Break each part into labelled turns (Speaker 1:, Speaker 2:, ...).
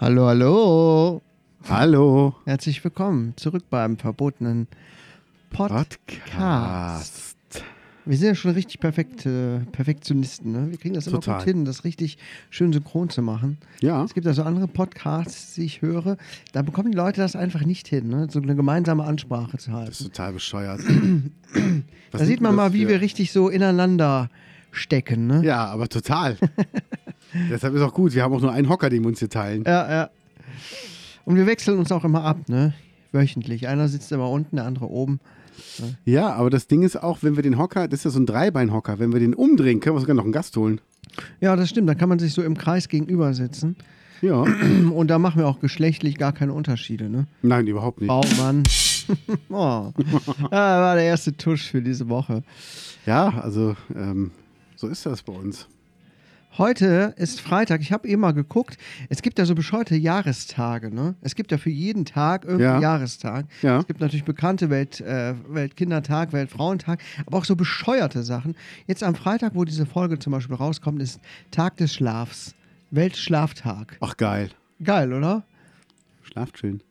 Speaker 1: Hallo, hallo.
Speaker 2: Hallo.
Speaker 1: Herzlich willkommen zurück beim verbotenen Podcast.
Speaker 2: Podcast.
Speaker 1: Wir sind ja schon richtig perfekt, äh, Perfektionisten. Ne? Wir kriegen das immer
Speaker 2: Total.
Speaker 1: gut hin, das richtig schön synchron zu machen.
Speaker 2: Ja.
Speaker 1: Es gibt also andere Podcasts, die ich höre. Da bekommen die Leute das einfach nicht hin, ne? so eine gemeinsame Ansprache zu halten.
Speaker 2: Das ist total bescheuert. Was
Speaker 1: da sieht man
Speaker 2: das
Speaker 1: mal, wie
Speaker 2: für-
Speaker 1: wir richtig so ineinander stecken. Ne?
Speaker 2: Ja, aber total. Deshalb ist auch gut. Wir haben auch nur einen Hocker, den wir uns hier teilen.
Speaker 1: Ja, ja. Und wir wechseln uns auch immer ab, ne? Wöchentlich. Einer sitzt immer unten, der andere oben.
Speaker 2: Ja, aber das Ding ist auch, wenn wir den Hocker, das ist ja so ein Dreibeinhocker, wenn wir den umdrehen, können wir sogar noch einen Gast holen.
Speaker 1: Ja, das stimmt. Da kann man sich so im Kreis gegenüber sitzen.
Speaker 2: Ja.
Speaker 1: Und da machen wir auch geschlechtlich gar keine Unterschiede, ne?
Speaker 2: Nein, überhaupt nicht.
Speaker 1: Baumann. oh. Ja, war der erste Tusch für diese Woche.
Speaker 2: Ja, also ähm, so ist das bei uns.
Speaker 1: Heute ist Freitag. Ich habe eh mal geguckt. Es gibt ja so bescheuerte Jahrestage, ne? Es gibt ja für jeden Tag irgendeinen
Speaker 2: Ja.
Speaker 1: Jahrestag.
Speaker 2: Ja.
Speaker 1: Es gibt natürlich bekannte Welt, äh, Weltkindertag, Weltfrauentag, aber auch so bescheuerte Sachen. Jetzt am Freitag, wo diese Folge zum Beispiel rauskommt, ist Tag des Schlafs. Weltschlaftag.
Speaker 2: Ach, geil.
Speaker 1: Geil, oder?
Speaker 2: Schlaft schön.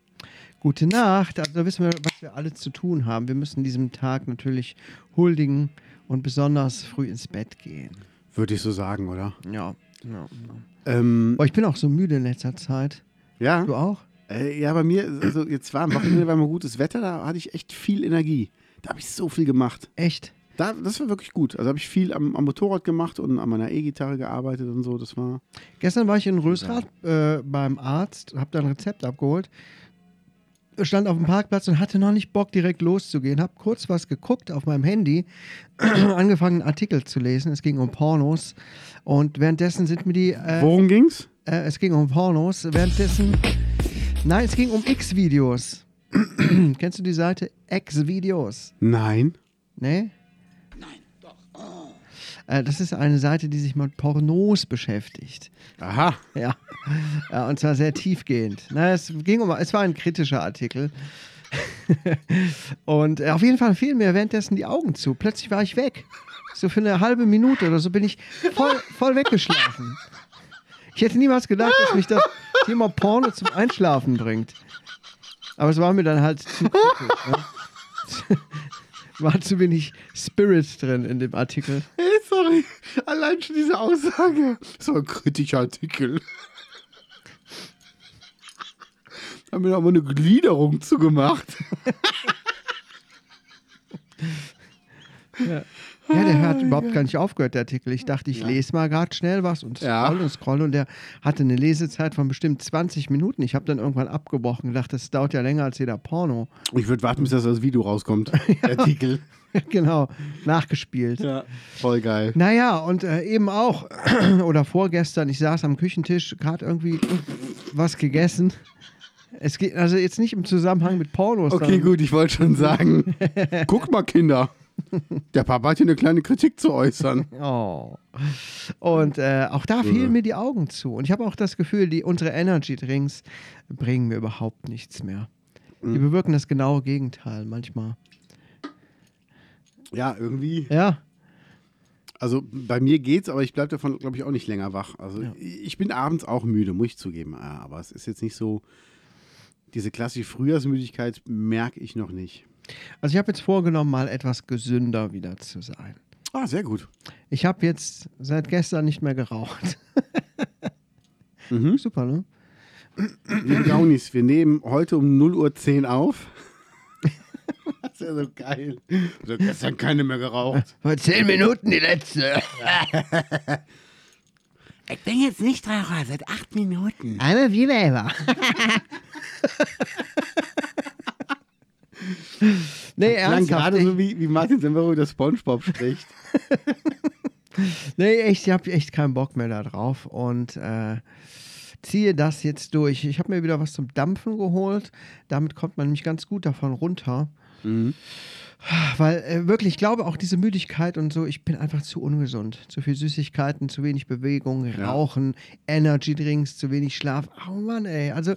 Speaker 1: Gute Nacht. Also da wissen wir, was wir alle zu tun haben. Wir müssen diesem Tag natürlich huldigen und besonders früh ins Bett gehen.
Speaker 2: Würde ich so sagen, oder?
Speaker 1: Ja.
Speaker 2: Ähm,
Speaker 1: Boah, ich bin auch so müde in letzter Zeit.
Speaker 2: ja.
Speaker 1: Du auch?
Speaker 2: Äh, ja, bei mir, also jetzt war am Wochenende war mal gutes Wetter, da hatte ich echt viel Energie. Da habe ich so viel gemacht.
Speaker 1: Echt?
Speaker 2: Da, das war wirklich gut. Also habe ich viel am, am Motorrad gemacht und an meiner E-Gitarre gearbeitet und so. Das war.
Speaker 1: Gestern war ich in Rösrath äh, beim Arzt, hab da ein Rezept abgeholt, stand auf dem Parkplatz und hatte noch nicht Bock, direkt loszugehen. Hab kurz was geguckt auf meinem Handy, angefangen, einen Artikel zu lesen. Es ging um Pornos. Und währenddessen sind mir die. Äh,
Speaker 2: Worum ging's?
Speaker 1: Äh, es ging um Pornos. Währenddessen. Nein, es ging um X-Videos. Kennst du die Seite X-Videos?
Speaker 2: Nein.
Speaker 1: Ne? Nein, doch. Äh, das ist eine Seite, die sich mit Pornos beschäftigt.
Speaker 2: Aha.
Speaker 1: Ja. ja und zwar sehr tiefgehend. Na, es, ging um, es war ein kritischer Artikel. und äh, auf jeden Fall fielen mir währenddessen die Augen zu. Plötzlich war ich weg. So für eine halbe Minute oder so bin ich voll, voll weggeschlafen. Ich hätte niemals gedacht, dass mich das Thema Porno zum Einschlafen bringt. Aber es war mir dann halt zu kritisch. Ne? War zu wenig Spirit drin in dem Artikel.
Speaker 2: Hey, sorry. Allein schon diese Aussage. Das war ein kritischer Artikel. Haben wir da mal eine Gliederung zugemacht.
Speaker 1: Ja, der
Speaker 2: Ah,
Speaker 1: hat überhaupt gar nicht aufgehört, der Artikel. Ich dachte, ich lese mal gerade schnell was und
Speaker 2: Ja.
Speaker 1: scroll und scroll. Und der hatte eine Lesezeit von bestimmt 20 Minuten. Ich habe dann irgendwann abgebrochen und gedacht, das dauert ja länger als jeder Porno.
Speaker 2: Ich würde warten, bis das als Video rauskommt. Der Artikel.
Speaker 1: genau, nachgespielt.
Speaker 2: Ja. Voll geil.
Speaker 1: Naja, und äh, eben auch, oder vorgestern, ich saß am Küchentisch, gerade irgendwie was gegessen. Es geht also jetzt nicht im Zusammenhang mit Pornos.
Speaker 2: Okay,
Speaker 1: sondern-
Speaker 2: gut, ich wollte schon sagen. Guck mal, Kinder. Der Papa hat hier eine kleine Kritik zu äußern.
Speaker 1: Oh. Und äh, auch da fielen mir die Augen zu. Und ich habe auch das Gefühl, die, unsere Energy Drinks bringen mir überhaupt nichts mehr. Die bewirken das genaue Gegenteil manchmal.
Speaker 2: Ja, irgendwie.
Speaker 1: Ja,
Speaker 2: Also bei mir geht's, aber ich bleibe davon, glaube ich, auch nicht länger wach. Also ich bin abends auch müde, muss ich zugeben. Ah, Aber es ist jetzt nicht so. Diese klassische Frühjahrsmüdigkeit merke ich noch nicht.
Speaker 1: also ich habe jetzt vorgenommen, mal etwas gesünder wieder zu sein.
Speaker 2: Ah, sehr gut.
Speaker 1: Ich habe jetzt seit gestern nicht mehr geraucht. Super, ne?
Speaker 2: Liebe Gaunis, wir nehmen heute um 0.10 Uhr auf. das ist ja so geil. So gestern keine mehr geraucht.
Speaker 1: Vor zehn Minuten die letzte.
Speaker 2: Ich bin jetzt nicht Raucher, seit acht Minuten.
Speaker 1: Einmal wie Weber. nee,
Speaker 2: Klang
Speaker 1: ernsthaft.
Speaker 2: gerade
Speaker 1: ich-
Speaker 2: so wie, wie Martin Semmero über das Spongebob spricht.
Speaker 1: Nee, echt, ich habe echt keinen Bock mehr da drauf und äh, ziehe das jetzt durch. Ich habe mir wieder was zum Dampfen geholt. Damit kommt man nämlich ganz gut davon runter. Weil äh, wirklich, ich glaube auch diese Müdigkeit und so, ich bin einfach zu ungesund. Zu viel Süßigkeiten, zu wenig Bewegung, Rauchen, Energy-Drinks, zu wenig Schlaf. Oh Mann, ey. Also,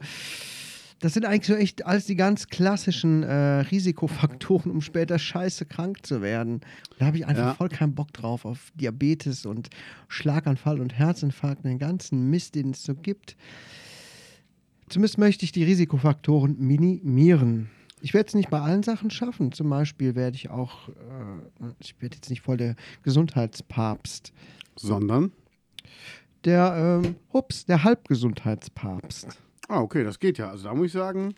Speaker 1: das sind eigentlich so echt alles die ganz klassischen äh, Risikofaktoren, um später scheiße krank zu werden. Da habe ich einfach
Speaker 2: Ja.
Speaker 1: voll keinen Bock drauf auf Diabetes und Schlaganfall und Herzinfarkt und den ganzen Mist, den es so gibt. Zumindest möchte ich die Risikofaktoren minimieren. Ich werde es nicht bei allen Sachen schaffen. Zum Beispiel werde ich auch, äh, ich werde jetzt nicht voll der Gesundheitspapst.
Speaker 2: Sondern.
Speaker 1: Der, ähm, hups, der Halbgesundheitspapst.
Speaker 2: Ah, okay, das geht ja. Also da muss ich sagen.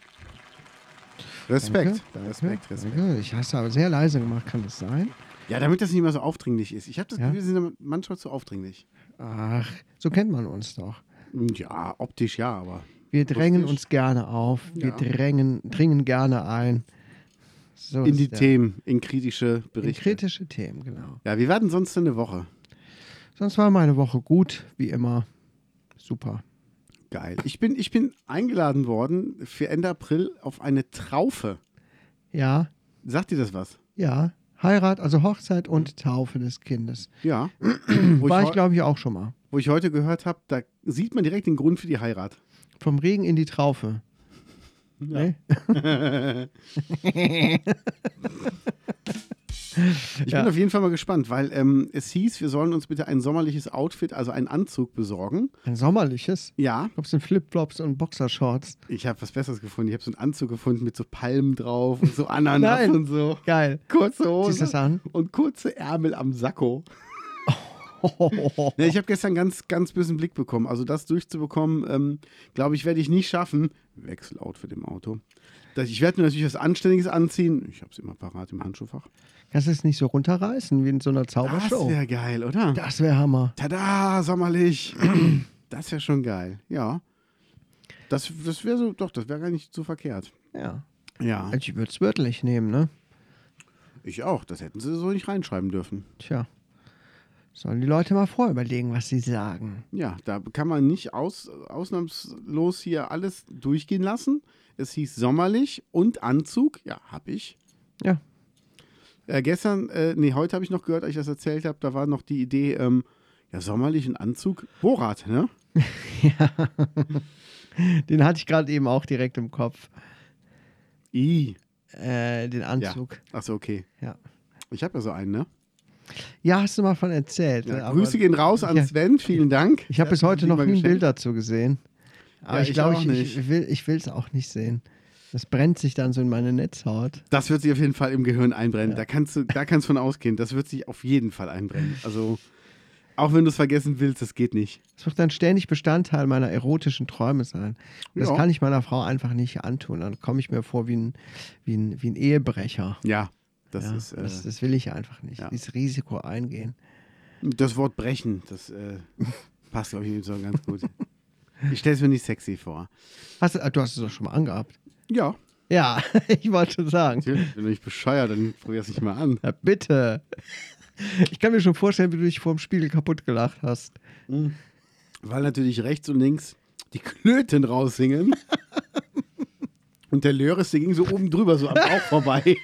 Speaker 2: Respekt.
Speaker 1: Danke,
Speaker 2: Respekt,
Speaker 1: danke,
Speaker 2: Respekt.
Speaker 1: danke. Äh, Ich habe es aber sehr leise gemacht, kann das sein?
Speaker 2: Ja, damit das nicht mehr so aufdringlich ist. Ich habe das
Speaker 1: Ja?
Speaker 2: Gefühl, wir sind manchmal zu aufdringlich.
Speaker 1: Ach, so kennt man uns doch.
Speaker 2: Ja, optisch ja, aber.
Speaker 1: Wir drängen
Speaker 2: Lustig.
Speaker 1: uns gerne auf. Wir
Speaker 2: Ja.
Speaker 1: drängen, dringen gerne ein. So
Speaker 2: In
Speaker 1: ist
Speaker 2: die
Speaker 1: der-
Speaker 2: Themen, in kritische
Speaker 1: In
Speaker 2: Berichte.
Speaker 1: kritische Themen, genau.
Speaker 2: ja, wie war denn sonst denn eine Woche?
Speaker 1: Sonst war meine Woche gut, wie immer. Super.
Speaker 2: Geil. Ich bin, ich bin eingeladen worden für Ende April auf eine Traufe.
Speaker 1: Ja,
Speaker 2: Sagt dir das was?
Speaker 1: ja. Heirat, also Hochzeit und Taufe des Kindes.
Speaker 2: Ja. wo,
Speaker 1: War ich,
Speaker 2: heu-
Speaker 1: glaube ich, auch schon mal.
Speaker 2: wo ich heute gehört habe, da sieht man direkt den Grund für die Heirat.
Speaker 1: Vom Regen in die Traufe. Nee?
Speaker 2: Ich
Speaker 1: Ja.
Speaker 2: bin auf jeden Fall mal gespannt, weil ähm, es hieß, wir sollen uns bitte ein sommerliches Outfit, also einen Anzug besorgen.
Speaker 1: Ein sommerliches.
Speaker 2: Ja,
Speaker 1: Ob es sind Flipflops und Boxershorts.
Speaker 2: ich habe was Besseres gefunden. Ich habe so einen Anzug gefunden mit so Palmen drauf und so Ananas
Speaker 1: Nein.
Speaker 2: und so.
Speaker 1: Geil. Siehst
Speaker 2: Kurze
Speaker 1: du das
Speaker 2: Hose
Speaker 1: an?
Speaker 2: und kurze Ärmel am Sakko. Ne, ich habe gestern ganz, ganz bösen Blick bekommen. Also das durchzubekommen, ähm, glaube ich, werde ich nicht schaffen. Wechseloutfit im Auto. Das, ich werde mir natürlich was Anständiges anziehen. Ich habe es immer parat im Handschuhfach.
Speaker 1: Kannst du es nicht so runterreißen wie in so einer
Speaker 2: Das
Speaker 1: Zaubershow?
Speaker 2: wäre geil, oder?
Speaker 1: Das wäre Hammer.
Speaker 2: Tada, sommerlich. das wäre schon geil, ja. Das, das wäre so, doch, das wäre gar nicht so verkehrt.
Speaker 1: Ja.
Speaker 2: Ja,
Speaker 1: Also ich würde es wörtlich nehmen, ne?
Speaker 2: ich auch. Das hätten sie so nicht reinschreiben dürfen.
Speaker 1: Tja. Sollen die Leute mal vorüberlegen, was sie sagen.
Speaker 2: Ja, da kann man nicht aus, ausnahmslos hier alles durchgehen lassen. Es hieß sommerlich und Anzug. Ja, habe ich.
Speaker 1: Ja.
Speaker 2: Äh, gestern, äh, nee, heute habe ich noch gehört, als ich das erzählt habe, da war noch die Idee, ähm, ja, sommerlich ein Anzug. Borat, ne?
Speaker 1: Den hatte ich gerade eben auch direkt im Kopf.
Speaker 2: I.
Speaker 1: Äh, den Anzug.
Speaker 2: Achso, okay.
Speaker 1: Ja.
Speaker 2: Ich habe ja so einen, ne?
Speaker 1: Ja, hast du mal von erzählt. ne?
Speaker 2: Ja,
Speaker 1: Aber
Speaker 2: Grüße gehen raus an
Speaker 1: Ja.
Speaker 2: Sven, vielen Dank.
Speaker 1: Ich habe bis heute noch nie ein Bild dazu gesehen. Aber
Speaker 2: Ja,
Speaker 1: ich
Speaker 2: ich
Speaker 1: glaube,
Speaker 2: auch
Speaker 1: ich, ich,
Speaker 2: nicht.
Speaker 1: will ich will es auch nicht sehen. Das brennt sich dann so in meine Netzhaut.
Speaker 2: Das wird sich auf jeden Fall im Gehirn einbrennen. Da kannst du, da kannst du von ausgehen. Das wird sich auf jeden Fall einbrennen. Also, auch wenn du es vergessen willst, das geht nicht.
Speaker 1: Es wird dann ständig Bestandteil meiner erotischen Träume sein. Und das
Speaker 2: Ja.
Speaker 1: kann ich meiner Frau einfach nicht antun. Dann komme ich mir vor wie ein, wie ein, wie ein Ehebrecher.
Speaker 2: Ja, das
Speaker 1: ja,
Speaker 2: ist. Äh,
Speaker 1: das, das will ich einfach nicht.
Speaker 2: ja.
Speaker 1: Dieses Risiko eingehen.
Speaker 2: Das Wort brechen, das äh, passt, glaube ich, so ganz gut. Ich stelle es mir nicht sexy vor.
Speaker 1: Hast du, ah, du hast es doch schon mal angehabt.
Speaker 2: Ja,
Speaker 1: Ja, ich wollte schon sagen.
Speaker 2: natürlich. Wenn du nicht bescheuert, dann probier es nicht mal an.
Speaker 1: Na bitte. Ich kann mir schon vorstellen, wie du dich vor dem Spiegel kaputt gelacht hast.
Speaker 2: Weil natürlich rechts und links die Klöten raushingen. Und der Löris, der ging so oben drüber, so am Bauch vorbei.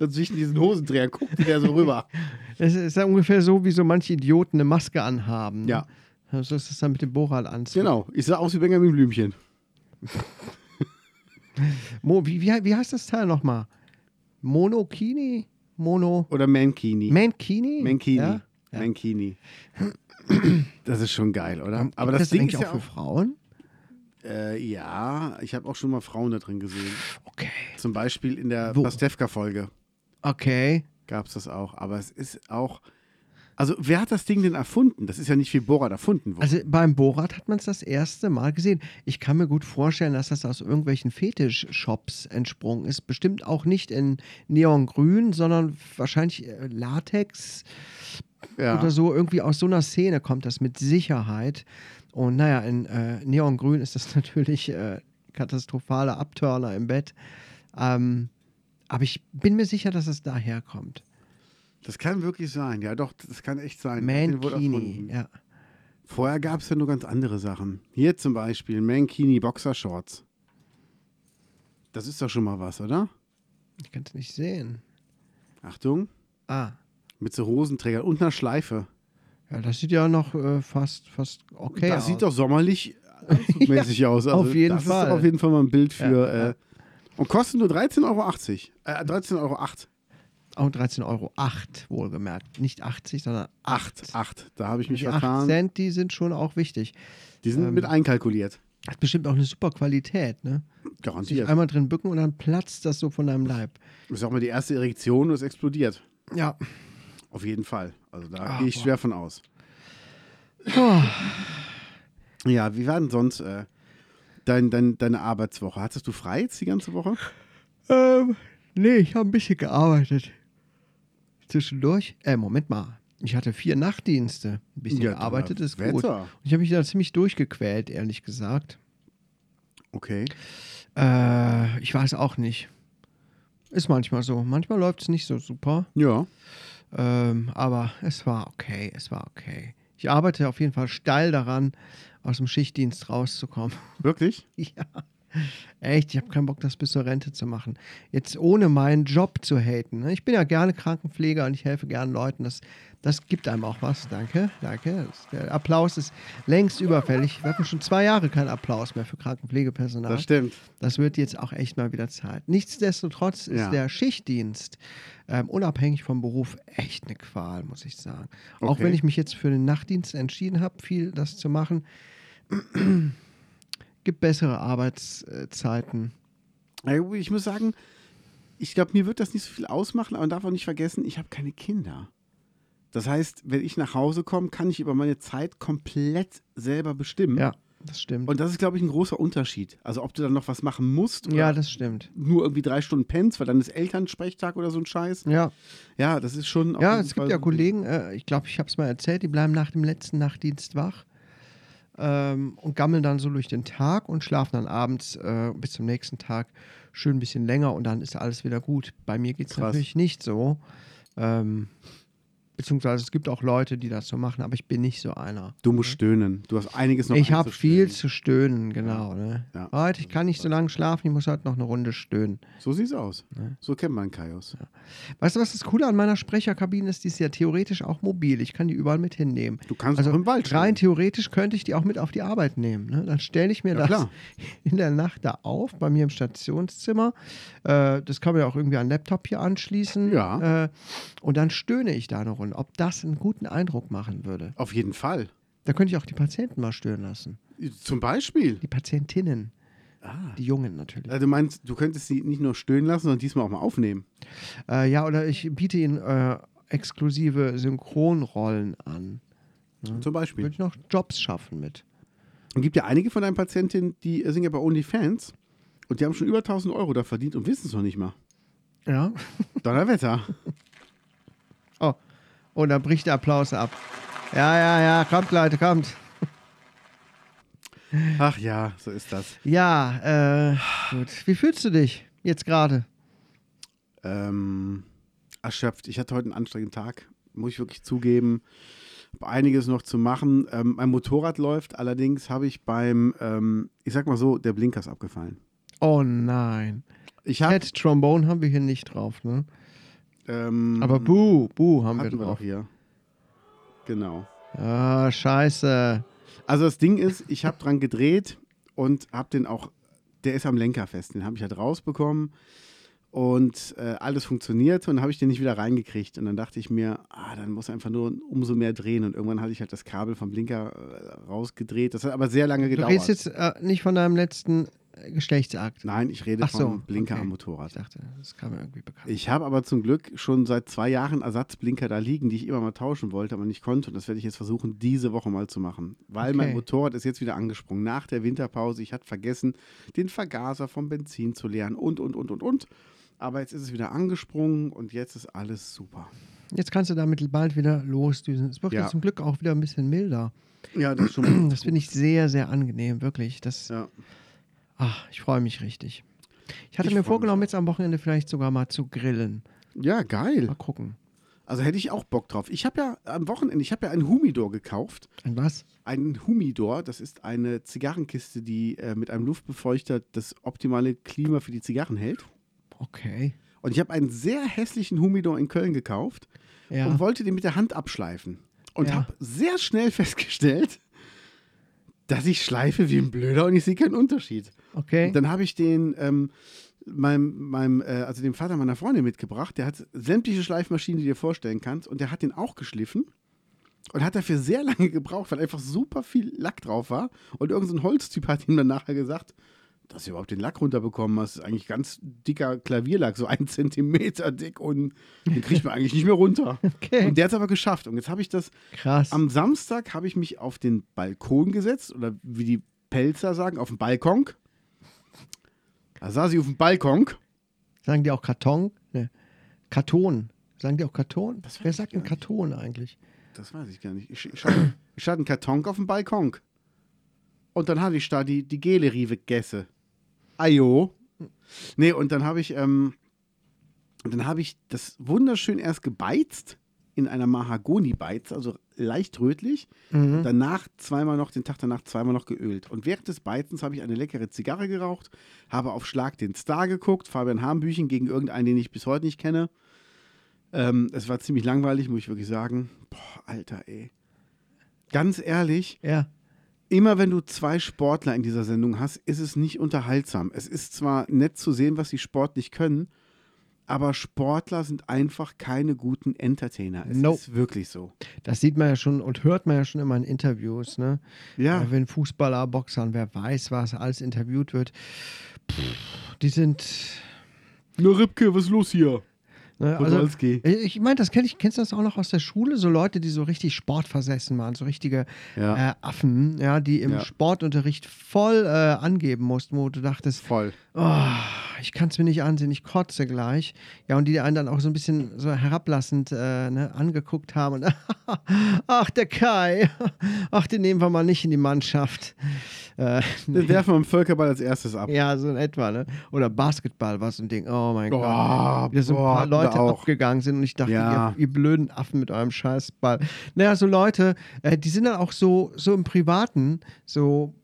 Speaker 2: Und zwischen diesen Hosendreher guckte der so rüber.
Speaker 1: Es ist ja ungefähr so, wie so manche Idioten eine Maske anhaben. ne?
Speaker 2: Ja.
Speaker 1: So ist es dann mit dem Boral-Anzug.
Speaker 2: Genau, ich sah aus wie Benjamin Blümchen.
Speaker 1: Mo, wie, wie, wie heißt das Teil nochmal? Monokini? Mono.
Speaker 2: Oder Mankini.
Speaker 1: Mankini?
Speaker 2: Mankini.
Speaker 1: Ja? Ja.
Speaker 2: Mankini. Das ist schon geil, oder? Aber
Speaker 1: Gibt
Speaker 2: das, Ding
Speaker 1: eigentlich
Speaker 2: ist ja
Speaker 1: auch für
Speaker 2: auch.
Speaker 1: Frauen?
Speaker 2: Äh, ja, ich habe auch schon mal Frauen da drin gesehen.
Speaker 1: Okay.
Speaker 2: Zum Beispiel in der
Speaker 1: Wo?
Speaker 2: Pastewka-Folge
Speaker 1: Okay.
Speaker 2: gab es das auch. Aber es ist auch. Also, wer hat das Ding denn erfunden? Das ist ja nicht wie Borat erfunden worden.
Speaker 1: Also beim Borat hat man es das erste Mal gesehen. Ich kann mir gut vorstellen, dass das aus irgendwelchen Fetisch-Shops entsprungen ist. Bestimmt auch nicht in Neongrün, sondern wahrscheinlich äh, Latex
Speaker 2: ja.
Speaker 1: oder so. Irgendwie aus so einer Szene kommt das mit Sicherheit. Und naja, in äh, Neongrün ist das natürlich äh, katastrophaler Abtörner im Bett. Ähm, aber ich bin mir sicher, dass es daher kommt.
Speaker 2: Das kann wirklich sein, ja doch, das kann echt sein. Ich hab den wohl erfunden.
Speaker 1: Mankini. Ja.
Speaker 2: Vorher gab es ja nur ganz andere Sachen. Hier zum Beispiel Mankini Boxershorts. Das ist doch schon mal was, oder?
Speaker 1: Ich kann es nicht sehen.
Speaker 2: Achtung,
Speaker 1: Ah.
Speaker 2: mit so Hosenträger und einer Schleife.
Speaker 1: Ja, das sieht ja noch äh, fast, fast okay
Speaker 2: das
Speaker 1: aus.
Speaker 2: sieht doch sommerlich anzugmäßig aus. Also
Speaker 1: auf jeden
Speaker 2: das
Speaker 1: Fall.
Speaker 2: ist auf jeden Fall mal ein Bild für. äh, und kostet nur 13,80 Euro. Äh, 13,08 Euro.
Speaker 1: Auch 13,08 Euro, wohlgemerkt. Nicht 80, sondern 8.
Speaker 2: 8, 8. Da habe ich mich
Speaker 1: Die 8
Speaker 2: vertan.
Speaker 1: Cent, die sind schon auch wichtig. Ähm,
Speaker 2: Die sind mit einkalkuliert.
Speaker 1: Hat bestimmt auch eine super Qualität, ne? Sich
Speaker 2: Garantiert.
Speaker 1: einmal drin bücken und dann platzt das so von deinem Leib.
Speaker 2: Ich sag mal, die erste Erektion und es explodiert.
Speaker 1: Ja.
Speaker 2: Auf jeden Fall. Also da
Speaker 1: Ah,
Speaker 2: gehe ich
Speaker 1: boah.
Speaker 2: schwer von aus.
Speaker 1: Oh,
Speaker 2: Ja, wie war denn sonst äh, dein, dein, deine Arbeitswoche? Hattest du frei jetzt die ganze Woche?
Speaker 1: ähm, nee, ich habe ein bisschen gearbeitet. Zwischendurch. Äh, Moment mal. Ich hatte vier Nachtdienste. Ein bisschen
Speaker 2: Ja,
Speaker 1: gearbeitet ist
Speaker 2: Wetter.
Speaker 1: gut. Und ich habe mich da ziemlich durchgequält, ehrlich gesagt.
Speaker 2: Okay.
Speaker 1: Äh, ich weiß auch nicht. Ist manchmal so. Manchmal läuft es nicht so super.
Speaker 2: Ja.
Speaker 1: Ähm, aber es war okay, es war okay. Ich arbeite auf jeden Fall steil daran, aus dem Schichtdienst rauszukommen.
Speaker 2: Wirklich?
Speaker 1: ja. Echt, ich habe keinen Bock, das bis zur Rente zu machen. Jetzt ohne meinen Job zu haten. ne? Ich bin ja gerne Krankenpfleger und ich helfe gerne Leuten. Das, das gibt einem auch was. Danke, danke. Das, der Applaus ist längst überfällig. Wir hatten schon zwei Jahre keinen Applaus mehr für Krankenpflegepersonal.
Speaker 2: Das stimmt.
Speaker 1: Das wird jetzt auch echt mal wieder Zeit. Nichtsdestotrotz ist
Speaker 2: Ja.
Speaker 1: der Schichtdienst ähm, unabhängig vom Beruf echt eine Qual, muss ich sagen. Auch
Speaker 2: Okay.
Speaker 1: wenn ich mich jetzt für den Nachtdienst entschieden habe, viel das zu machen, gibt bessere Arbeitszeiten.
Speaker 2: Ja, gut, Ich muss sagen, ich glaube, mir wird das nicht so viel ausmachen, aber man darf auch nicht vergessen, ich habe keine Kinder. Das heißt, wenn ich nach Hause komme, kann ich über meine Zeit komplett selber bestimmen.
Speaker 1: Ja, das stimmt.
Speaker 2: Und das ist, glaube ich, ein großer Unterschied. Also ob du dann noch was machen musst oder
Speaker 1: ja, das stimmt.
Speaker 2: nur irgendwie drei Stunden pennst, weil dann ist Elternsprechtag oder so ein Scheiß.
Speaker 1: Ja,
Speaker 2: Ja, das ist schon. auf
Speaker 1: ja
Speaker 2: jeden
Speaker 1: es
Speaker 2: Fall
Speaker 1: gibt ja
Speaker 2: so ein Ding.
Speaker 1: Kollegen, äh, ich glaube, ich habe es mal erzählt, die bleiben nach dem letzten Nachtdienst wach ähm, und gammeln dann so durch den Tag und schlafen dann abends äh, bis zum nächsten Tag schön ein bisschen länger und dann ist alles wieder gut. Bei mir geht es
Speaker 2: Krass.
Speaker 1: natürlich nicht so. Ähm, beziehungsweise es gibt auch Leute, die das so machen, aber ich bin nicht so einer. Mhm.
Speaker 2: Du musst stöhnen. Du hast einiges noch
Speaker 1: ne? ich habe viel
Speaker 2: einzustöhnen.
Speaker 1: zu stöhnen, genau. Ne?
Speaker 2: Ja.
Speaker 1: Heute, ich kann nicht so lange schlafen, ich muss heute noch eine Runde stöhnen.
Speaker 2: So sieht's aus. So kennt man Kaios.
Speaker 1: Weißt du, was das Coole an meiner Sprecherkabine ist? Die ist ja theoretisch auch mobil. Ich kann die überall mit hinnehmen.
Speaker 2: Du kannst
Speaker 1: also
Speaker 2: auch im Wald
Speaker 1: Rein
Speaker 2: stehen.
Speaker 1: theoretisch könnte ich die auch mit auf die Arbeit nehmen. Ne? Dann stelle ich mir
Speaker 2: Ja,
Speaker 1: das
Speaker 2: klar.
Speaker 1: in der Nacht da auf, bei mir im Stationszimmer. Äh, das kann man ja auch irgendwie an den Laptop hier anschließen.
Speaker 2: Ja.
Speaker 1: Äh, und dann stöhne ich da eine Runde. Ob das einen guten Eindruck machen würde?
Speaker 2: Auf jeden Fall.
Speaker 1: Da könnte ich auch die Patienten mal stöhnen lassen.
Speaker 2: Zum Beispiel.
Speaker 1: Die Patientinnen. Die Jungen natürlich.
Speaker 2: Also du meinst, du könntest sie nicht nur stöhnen lassen, sondern diesmal auch mal aufnehmen.
Speaker 1: Äh, ja, oder ich biete ihnen äh, exklusive Synchronrollen an.
Speaker 2: Zum Beispiel.
Speaker 1: Würde ich noch Jobs schaffen mit.
Speaker 2: Und gibt ja einige von deinen Patientinnen, die äh, sind ja bei OnlyFans und die haben schon über 1000 Euro da verdient und wissen es noch nicht mal.
Speaker 1: Ja.
Speaker 2: Donnerwetter.
Speaker 1: Oh. Und dann bricht der Applaus ab. Ja, ja, ja, kommt, Leute, kommt.
Speaker 2: Ach ja, so ist das.
Speaker 1: Ja, äh, gut. Wie fühlst du dich jetzt gerade?
Speaker 2: Ähm, erschöpft. Ich hatte heute einen anstrengenden Tag, muss ich wirklich zugeben. Hab einiges noch zu machen. Ähm, mein Motorrad läuft, allerdings habe ich beim, ähm, ich sag mal so, der Blinker ist abgefallen.
Speaker 1: Oh nein.
Speaker 2: Ich habe,
Speaker 1: Cat Trombone haben wir hier nicht drauf, ne?
Speaker 2: ähm,
Speaker 1: Aber Boo, Boo haben Mhm. wir
Speaker 2: hatten wir doch
Speaker 1: drauf.
Speaker 2: hier. Genau.
Speaker 1: Ah, scheiße.
Speaker 2: Also das Ding ist, ich habe dran gedreht und habe den auch, der ist am Lenker fest, den habe ich halt rausbekommen und äh, alles funktioniert und dann habe ich den nicht wieder reingekriegt und dann dachte ich mir, ah, dann muss einfach nur umso mehr drehen und irgendwann hatte ich halt das Kabel vom Blinker äh, rausgedreht. Das hat aber sehr lange
Speaker 1: Du
Speaker 2: gedauert.
Speaker 1: redest jetzt äh, nicht von deinem letzten äh, Geschlechtsakt.
Speaker 2: Nein, ich rede
Speaker 1: Ach so,
Speaker 2: vom Blinker
Speaker 1: okay.
Speaker 2: am
Speaker 1: Ich
Speaker 2: Motorrad.
Speaker 1: dachte, das kam mir irgendwie bekannt.
Speaker 2: Ich habe aber zum Glück schon seit zwei Jahren Ersatzblinker da liegen, die ich immer mal tauschen wollte, aber nicht konnte. Und das werde ich jetzt versuchen, diese Woche mal zu machen. Weil mein
Speaker 1: Okay.
Speaker 2: Motorrad ist jetzt wieder angesprungen. Nach der Winterpause, ich hatte vergessen, den Vergaser vom Benzin zu leeren und, und, und, und, und. Aber jetzt ist es wieder angesprungen und jetzt ist alles super.
Speaker 1: Jetzt kannst du damit bald wieder losdüsen. Es wird
Speaker 2: Ja.
Speaker 1: ja zum Glück auch wieder ein bisschen milder.
Speaker 2: Ja, das ist schon mal.
Speaker 1: Das finde ich sehr, sehr angenehm, wirklich. Das,
Speaker 2: Ja.
Speaker 1: Ach, Ah, ich freue mich richtig. Ich hatte
Speaker 2: Ich freu
Speaker 1: mir
Speaker 2: mich
Speaker 1: vorgenommen,
Speaker 2: auch.
Speaker 1: jetzt am Wochenende vielleicht sogar mal zu grillen.
Speaker 2: ja, geil.
Speaker 1: Mal gucken.
Speaker 2: Also hätte ich auch Bock drauf. Ich habe ja am Wochenende, ich habe ja einen Humidor gekauft.
Speaker 1: Ein was?
Speaker 2: Ein Humidor, das ist eine Zigarrenkiste, die äh, mit einem Luftbefeuchter das optimale Klima für die Zigarren hält.
Speaker 1: Okay.
Speaker 2: Und ich habe einen sehr hässlichen Humidor in Köln gekauft
Speaker 1: Ja.
Speaker 2: und wollte den mit der Hand abschleifen. Und
Speaker 1: Ja.
Speaker 2: habe sehr schnell festgestellt, dass ich schleife wie ein Blöder und ich sehe keinen Unterschied.
Speaker 1: Okay.
Speaker 2: Und dann habe ich den ähm, meinem, meinem, äh, also dem Vater meiner Freundin mitgebracht. Der hat sämtliche Schleifmaschinen, die du dir vorstellen kannst, und der hat den auch geschliffen und hat dafür sehr lange gebraucht, weil einfach super viel Lack drauf war. Und irgendein so ein Holztyp hat ihm dann nachher gesagt, dass du überhaupt den Lack runterbekommen hast, ist eigentlich ganz dicker Klavierlack, so ein Zentimeter dick und den kriegt man eigentlich nicht mehr runter.
Speaker 1: Okay.
Speaker 2: Und der hat es aber geschafft. Und jetzt habe ich das
Speaker 1: Krass.
Speaker 2: am Samstag habe ich mich auf den Balkon gesetzt oder wie die Pelzer sagen, auf den Balkon. Da saß ich auf dem Balkon.
Speaker 1: Sagen die auch Karton? Ne. Karton. Sagen die auch Karton?
Speaker 2: Das weiß
Speaker 1: Wer
Speaker 2: ich
Speaker 1: sagt
Speaker 2: gar
Speaker 1: denn Karton eigentlich?
Speaker 2: Das weiß ich gar nicht. Ich, ich, hatte, ich hatte einen Karton auf dem Balkon. Und dann hatte ich da die, die Gelerie weggesse. Ajo. Nee, und dann habe ich, ähm, und dann habe ich das wunderschön erst gebeizt in einer Mahagoni-Beiz, also leicht rötlich. Danach zweimal noch, den Tag danach zweimal noch geölt. Und während des Beizens habe ich eine leckere Zigarre geraucht, habe auf Schlag den Star geguckt, Fabian Hambüchen gegen irgendeinen, den ich bis heute nicht kenne. Ähm, es war ziemlich langweilig, muss ich wirklich sagen. Boah, Alter, ey. Ganz ehrlich,
Speaker 1: Ja.
Speaker 2: immer wenn du zwei Sportler in dieser Sendung hast, ist es nicht unterhaltsam. Es ist zwar nett zu sehen, was die sportlich können, aber Sportler sind einfach keine guten Entertainer. Es
Speaker 1: Nope.
Speaker 2: ist wirklich so.
Speaker 1: Das sieht man ja schon und hört man ja schon immer in Interviews, ne?
Speaker 2: Ja.
Speaker 1: Äh, Wenn Fußballer, Boxern, wer weiß, was alles interviewt wird. Pff, die sind.
Speaker 2: Na, Ripke, was ist los hier?
Speaker 1: Ne, also,
Speaker 2: Podolski.
Speaker 1: Äh, ich meine, das kenn ich, kennst du das auch noch aus der Schule? So Leute, die so richtig sportversessen waren, so richtige
Speaker 2: Ja.
Speaker 1: äh, Affen, ja, die im
Speaker 2: Ja.
Speaker 1: Sportunterricht voll äh, angeben mussten, wo du dachtest,
Speaker 2: Voll.
Speaker 1: oh, ich kann es mir nicht ansehen, ich kotze gleich. Ja, und die einen dann auch so ein bisschen so herablassend äh, ne, angeguckt haben. Und, ach, der Kai, ach, den nehmen wir mal nicht in die Mannschaft. Äh,
Speaker 2: Den werfen wir im Völkerball als erstes ab.
Speaker 1: ja, so in etwa, ne? Oder Basketball war so ein Ding. Oh mein
Speaker 2: Boah,
Speaker 1: Gott. Wie da so ein
Speaker 2: boah,
Speaker 1: paar Leute
Speaker 2: da auch.
Speaker 1: abgegangen sind und ich dachte,
Speaker 2: Ja.
Speaker 1: ihr, ihr blöden Affen mit eurem Scheißball. Naja, so Leute, äh, die sind dann auch so, so im Privaten so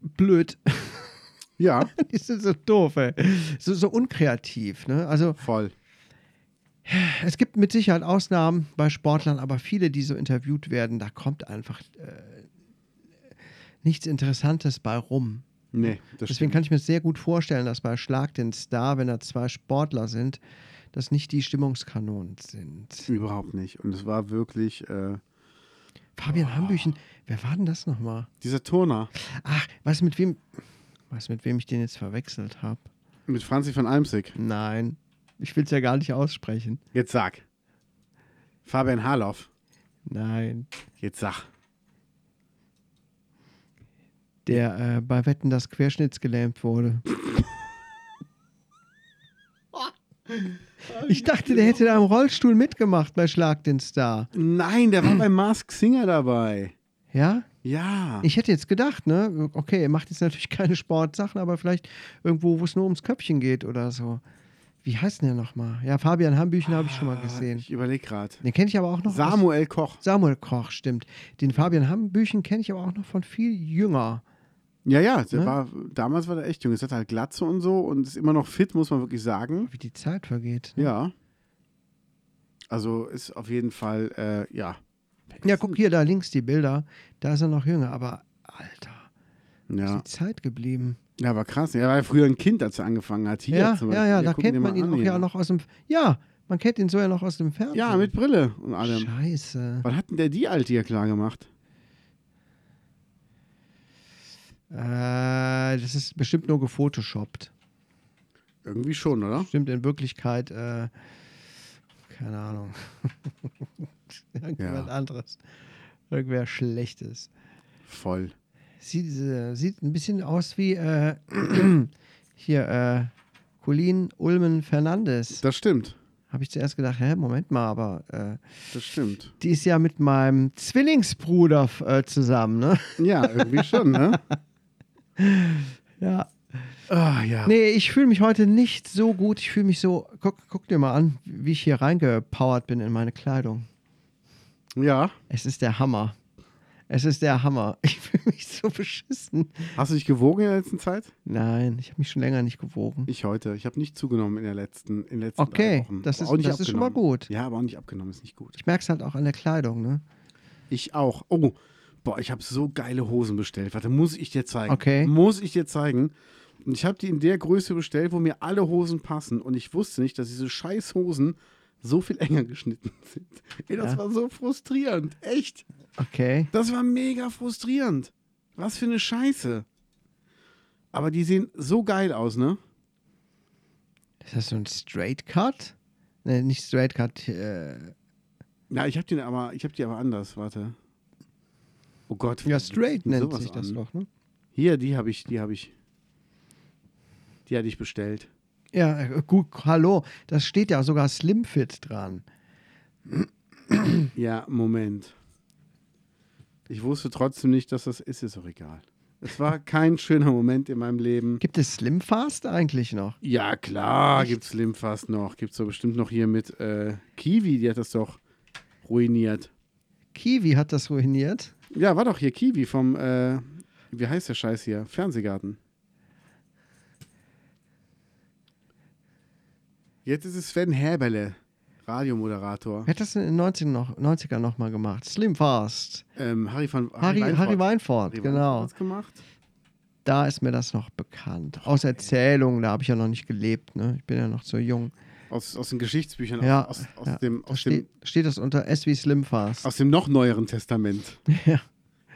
Speaker 1: blöd.
Speaker 2: Ja,
Speaker 1: die sind so doof, ey. So, so unkreativ, ne? Also
Speaker 2: voll.
Speaker 1: es gibt mit Sicherheit Ausnahmen bei Sportlern, aber viele, die so interviewt werden, da kommt einfach äh, nichts Interessantes bei rum.
Speaker 2: Nee, das
Speaker 1: Deswegen kann ich mir sehr gut vorstellen, dass bei Schlag den Star, wenn da zwei Sportler sind, das nicht die Stimmungskanonen sind.
Speaker 2: stimmt überhaupt nicht. Und es war wirklich äh,
Speaker 1: Fabian Hambüchen, wer war denn das nochmal?
Speaker 2: dieser Turner
Speaker 1: Ach, weißt du, mit wem, weißt du, mit wem ich den jetzt verwechselt habe?
Speaker 2: mit Franzi von Almsick.
Speaker 1: Nein, ich will es ja gar nicht aussprechen.
Speaker 2: Jetzt sag. Fabian Harloff.
Speaker 1: Nein,
Speaker 2: Jetzt sag.
Speaker 1: der äh, bei Wetten das Querschnittsgelähmt wurde. Ich dachte, der hätte da im Rollstuhl mitgemacht bei Schlag den Star.
Speaker 2: Nein, der war bei Mask Singer dabei.
Speaker 1: Ja?
Speaker 2: Ja.
Speaker 1: Ich hätte jetzt gedacht, ne, okay, er macht jetzt natürlich keine Sportsachen, aber vielleicht irgendwo, wo es nur ums Köpfchen geht oder so. Wie heißt denn der nochmal? Ja, Fabian Hambüchen habe ich schon
Speaker 2: Ah,
Speaker 1: mal gesehen.
Speaker 2: Ich überlege gerade.
Speaker 1: Den kenne ich aber auch noch. aus-
Speaker 2: Samuel Koch.
Speaker 1: Samuel Koch, stimmt. Den Fabian Hambüchen kenne ich aber auch noch von viel jünger.
Speaker 2: Ja, ja, der
Speaker 1: Ne?
Speaker 2: war, damals war der echt jung. Jetzt hat er halt Glatze und so und ist immer noch fit, muss man wirklich sagen.
Speaker 1: Wie die Zeit vergeht. ne?
Speaker 2: Ja. Also ist auf jeden Fall, äh, ja.
Speaker 1: Ja, guck hier, da links die Bilder. Da ist er noch jünger, aber Alter,
Speaker 2: Ja.
Speaker 1: ist die Zeit geblieben.
Speaker 2: ja, war krass. Er war ja früher ein Kind, als er angefangen hat. Hier
Speaker 1: ja,
Speaker 2: zum
Speaker 1: ja,
Speaker 2: Beispiel.
Speaker 1: ja,
Speaker 2: Hier,
Speaker 1: da
Speaker 2: guck
Speaker 1: kennt
Speaker 2: dir
Speaker 1: man
Speaker 2: mal
Speaker 1: ihn
Speaker 2: an
Speaker 1: auch
Speaker 2: hier.
Speaker 1: ja noch aus dem. Ja, man kennt ihn so ja noch aus dem Fernsehen.
Speaker 2: Ja, mit Brille und allem.
Speaker 1: Scheiße.
Speaker 2: Wann hat denn der die Alte hier klar gemacht?
Speaker 1: Äh, das ist bestimmt nur gefotoshoppt.
Speaker 2: Irgendwie schon, oder?
Speaker 1: Stimmt in Wirklichkeit, äh, keine Ahnung. Irgendjemand
Speaker 2: Ja.
Speaker 1: anderes. Irgendwer Schlechtes.
Speaker 2: Voll.
Speaker 1: Sieht, äh, sieht ein bisschen aus wie äh, hier, äh, Colin Ulmen Fernandes.
Speaker 2: Das stimmt.
Speaker 1: Habe ich zuerst gedacht, hä, Moment mal, aber äh,
Speaker 2: Das stimmt.
Speaker 1: die ist ja mit meinem Zwillingsbruder f- äh, zusammen, ne?
Speaker 2: Ja, irgendwie schon, ne?
Speaker 1: Ja.
Speaker 2: Ah, ja.
Speaker 1: Nee, ich fühle mich heute nicht so gut. Ich fühle mich so. Guck, guck dir mal an, wie ich hier reingepowert bin in meine Kleidung.
Speaker 2: Ja.
Speaker 1: Es ist der Hammer. Es ist der Hammer. Ich fühle mich so beschissen.
Speaker 2: Hast du dich gewogen in der letzten Zeit?
Speaker 1: Nein, ich habe mich schon länger nicht gewogen.
Speaker 2: Ich heute. Ich habe nicht zugenommen in der letzten, in den letzten
Speaker 1: Okay,
Speaker 2: drei Wochen.
Speaker 1: das
Speaker 2: Aber
Speaker 1: ist-
Speaker 2: auch nicht
Speaker 1: das ist schon mal
Speaker 2: abgenommen.
Speaker 1: gut.
Speaker 2: Ja, aber auch nicht abgenommen ist nicht gut.
Speaker 1: Ich merke es halt auch an der Kleidung, ne?
Speaker 2: Ich auch. Oh, boah, ich habe so geile Hosen bestellt. Warte, muss ich dir zeigen.
Speaker 1: Okay.
Speaker 2: Muss ich dir zeigen. Und ich habe die in der Größe bestellt, wo mir alle Hosen passen. Und ich wusste nicht, dass diese scheiß Hosen so viel enger geschnitten sind. Ey, das
Speaker 1: Ja.
Speaker 2: war so frustrierend. Echt.
Speaker 1: Okay.
Speaker 2: Das war mega frustrierend. Was für eine Scheiße. Aber die sehen so geil aus, ne?
Speaker 1: Ist das so ein Straight Cut? Ne, nicht Straight Cut. Äh,
Speaker 2: Na, ich habe die aber, ich habe die aber anders. Warte. Oh Gott.
Speaker 1: ja,
Speaker 2: was
Speaker 1: Straight
Speaker 2: denn
Speaker 1: nennt
Speaker 2: sowas
Speaker 1: sich das
Speaker 2: an?
Speaker 1: doch, ne?
Speaker 2: Hier, die habe ich, die habe ich. Die hatte ich bestellt.
Speaker 1: Ja, äh, gut, hallo. Das steht ja sogar Slim Fit dran.
Speaker 2: Ja, Moment. Ich wusste trotzdem nicht, dass das ist, ist auch egal. Es war kein schöner Moment in meinem Leben.
Speaker 1: Gibt es Slim Fast eigentlich noch?
Speaker 2: Ja, klar, gibt's Limfast noch. Gibt's doch bestimmt noch hier mit äh, Kiwi, die hat das doch ruiniert.
Speaker 1: Kiwi hat das ruiniert.
Speaker 2: Ja, war doch hier Kiwi vom, äh, wie heißt der Scheiß hier? Fernsehgarten. Jetzt ist es Sven Häberle, Radiomoderator.
Speaker 1: Wer hat das denn in den 90 noch, 90ern nochmal gemacht? Slim Fast.
Speaker 2: Ähm, Harry von
Speaker 1: Harry, Harry Weinfort,
Speaker 2: Harry
Speaker 1: genau.
Speaker 2: hat's gemacht.
Speaker 1: Da ist mir das noch bekannt. Aus Erzählungen, da habe ich ja noch nicht gelebt. Ne? Ich bin ja noch so jung.
Speaker 2: Aus, aus den Geschichtsbüchern,
Speaker 1: Ja,
Speaker 2: Genau, aus, aus,
Speaker 1: ja.
Speaker 2: Dem,
Speaker 1: Da
Speaker 2: aus, dem,
Speaker 1: steht, steht das unter S wie Slim Fast.
Speaker 2: aus dem noch neueren Testament.
Speaker 1: Ja.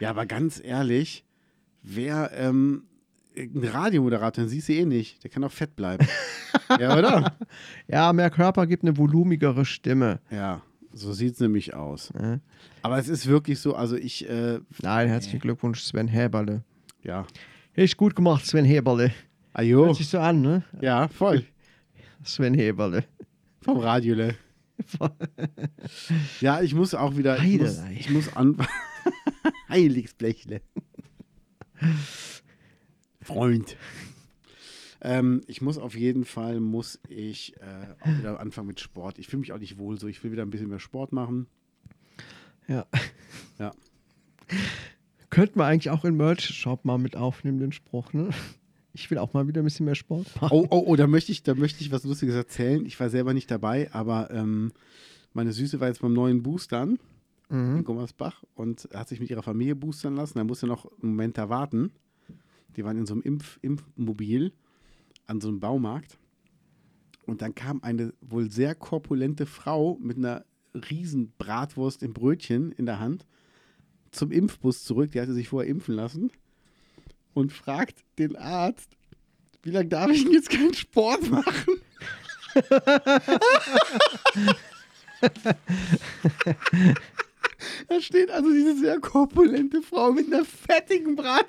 Speaker 2: Ja, aber ganz ehrlich, wer ähm, ein Radiomoderator, dann siehst du eh nicht. Der kann auch fett bleiben. ja, oder?
Speaker 1: ja, mehr Körper gibt eine volumigere Stimme.
Speaker 2: Ja, so sieht es nämlich aus.
Speaker 1: Ja.
Speaker 2: Aber es ist wirklich so, also ich, äh,
Speaker 1: Nein, herzlichen Glückwunsch, Sven Häberle.
Speaker 2: ja.
Speaker 1: Echt gut gemacht, Sven Häberle.
Speaker 2: Ajo.
Speaker 1: Hört sich so an, ne?
Speaker 2: Ja, voll.
Speaker 1: Sven Häberle.
Speaker 2: Vom Radiole. ja, ich muss auch wieder. Ich muss,
Speaker 1: Heidelei.
Speaker 2: ich muss an. Heiligsblechle. Freund. Ähm, ich muss auf jeden Fall, muss ich äh, auch wieder anfangen mit Sport. Ich fühle mich auch nicht wohl so. Ich will wieder ein bisschen mehr Sport machen.
Speaker 1: Ja.
Speaker 2: Ja.
Speaker 1: Könnten wir eigentlich auch im Merch-Shop mal mit aufnehmen, den Spruch, ne? Ich will auch mal wieder ein bisschen mehr Sport machen.
Speaker 2: Oh, oh, oh, da möchte ich, da möchte ich was Lustiges erzählen. Ich war selber nicht dabei, aber ähm, meine Süße war jetzt beim neuen Boostern in Gummersbach und hat sich mit ihrer Familie boostern lassen. Da musste noch einen Moment da warten. Die waren in so einem Impf Impfmobil an so einem Baumarkt. Und dann kam eine wohl sehr korpulente Frau mit einer riesen Bratwurst im Brötchen in der Hand zum Impfbus zurück. Die hatte sich vorher impfen lassen und fragt den Arzt, wie lange darf ich denn jetzt keinen Sport machen? da steht also diese sehr korpulente Frau mit einer fettigen Brat.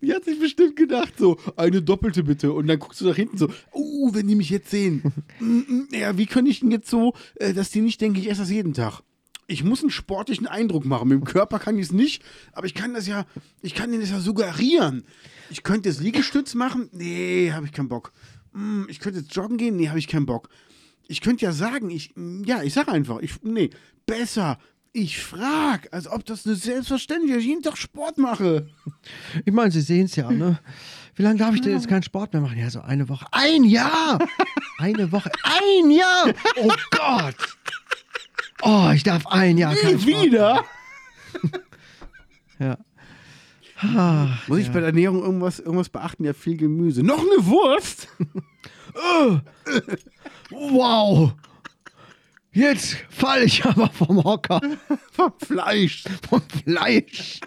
Speaker 2: Die hat sich bestimmt gedacht, so, eine doppelte bitte. Und dann guckst du nach hinten so, oh, wenn die mich jetzt sehen. Mm, mm, ja, wie kann ich denn jetzt so, äh, dass die nicht denken, ich esse das jeden Tag? Ich muss einen sportlichen Eindruck machen. Mit dem Körper kann ich es nicht, aber ich kann das ja, ich kann denen das ja suggerieren. Ich könnte jetzt Liegestütz machen? Nee, habe ich keinen Bock. Mm, ich könnte jetzt joggen gehen? Nee, habe ich keinen Bock. Ich könnte ja sagen, ich, mm, ja, ich sage einfach, ich, nee, besser. Ich frag, als ob das eine Selbstverständlichkeit, dass ich jeden Tag Sport mache.
Speaker 1: Ich meine, Sie sehen es ja, ne? Wie lange darf ich denn jetzt keinen Sport mehr machen? Ja, so eine Woche. Ein Jahr! Eine Woche. Ein Jahr! Oh Gott! Oh, ich darf ein Jahr keinen
Speaker 2: Nie
Speaker 1: Sport.
Speaker 2: wieder.
Speaker 1: Ja. Ah,
Speaker 2: Muss ich bei der Ernährung irgendwas, irgendwas beachten? Ja, viel Gemüse. Noch eine Wurst?
Speaker 1: wow! Jetzt falle ich aber vom Hocker,
Speaker 2: Vom Fleisch.
Speaker 1: vom Fleisch.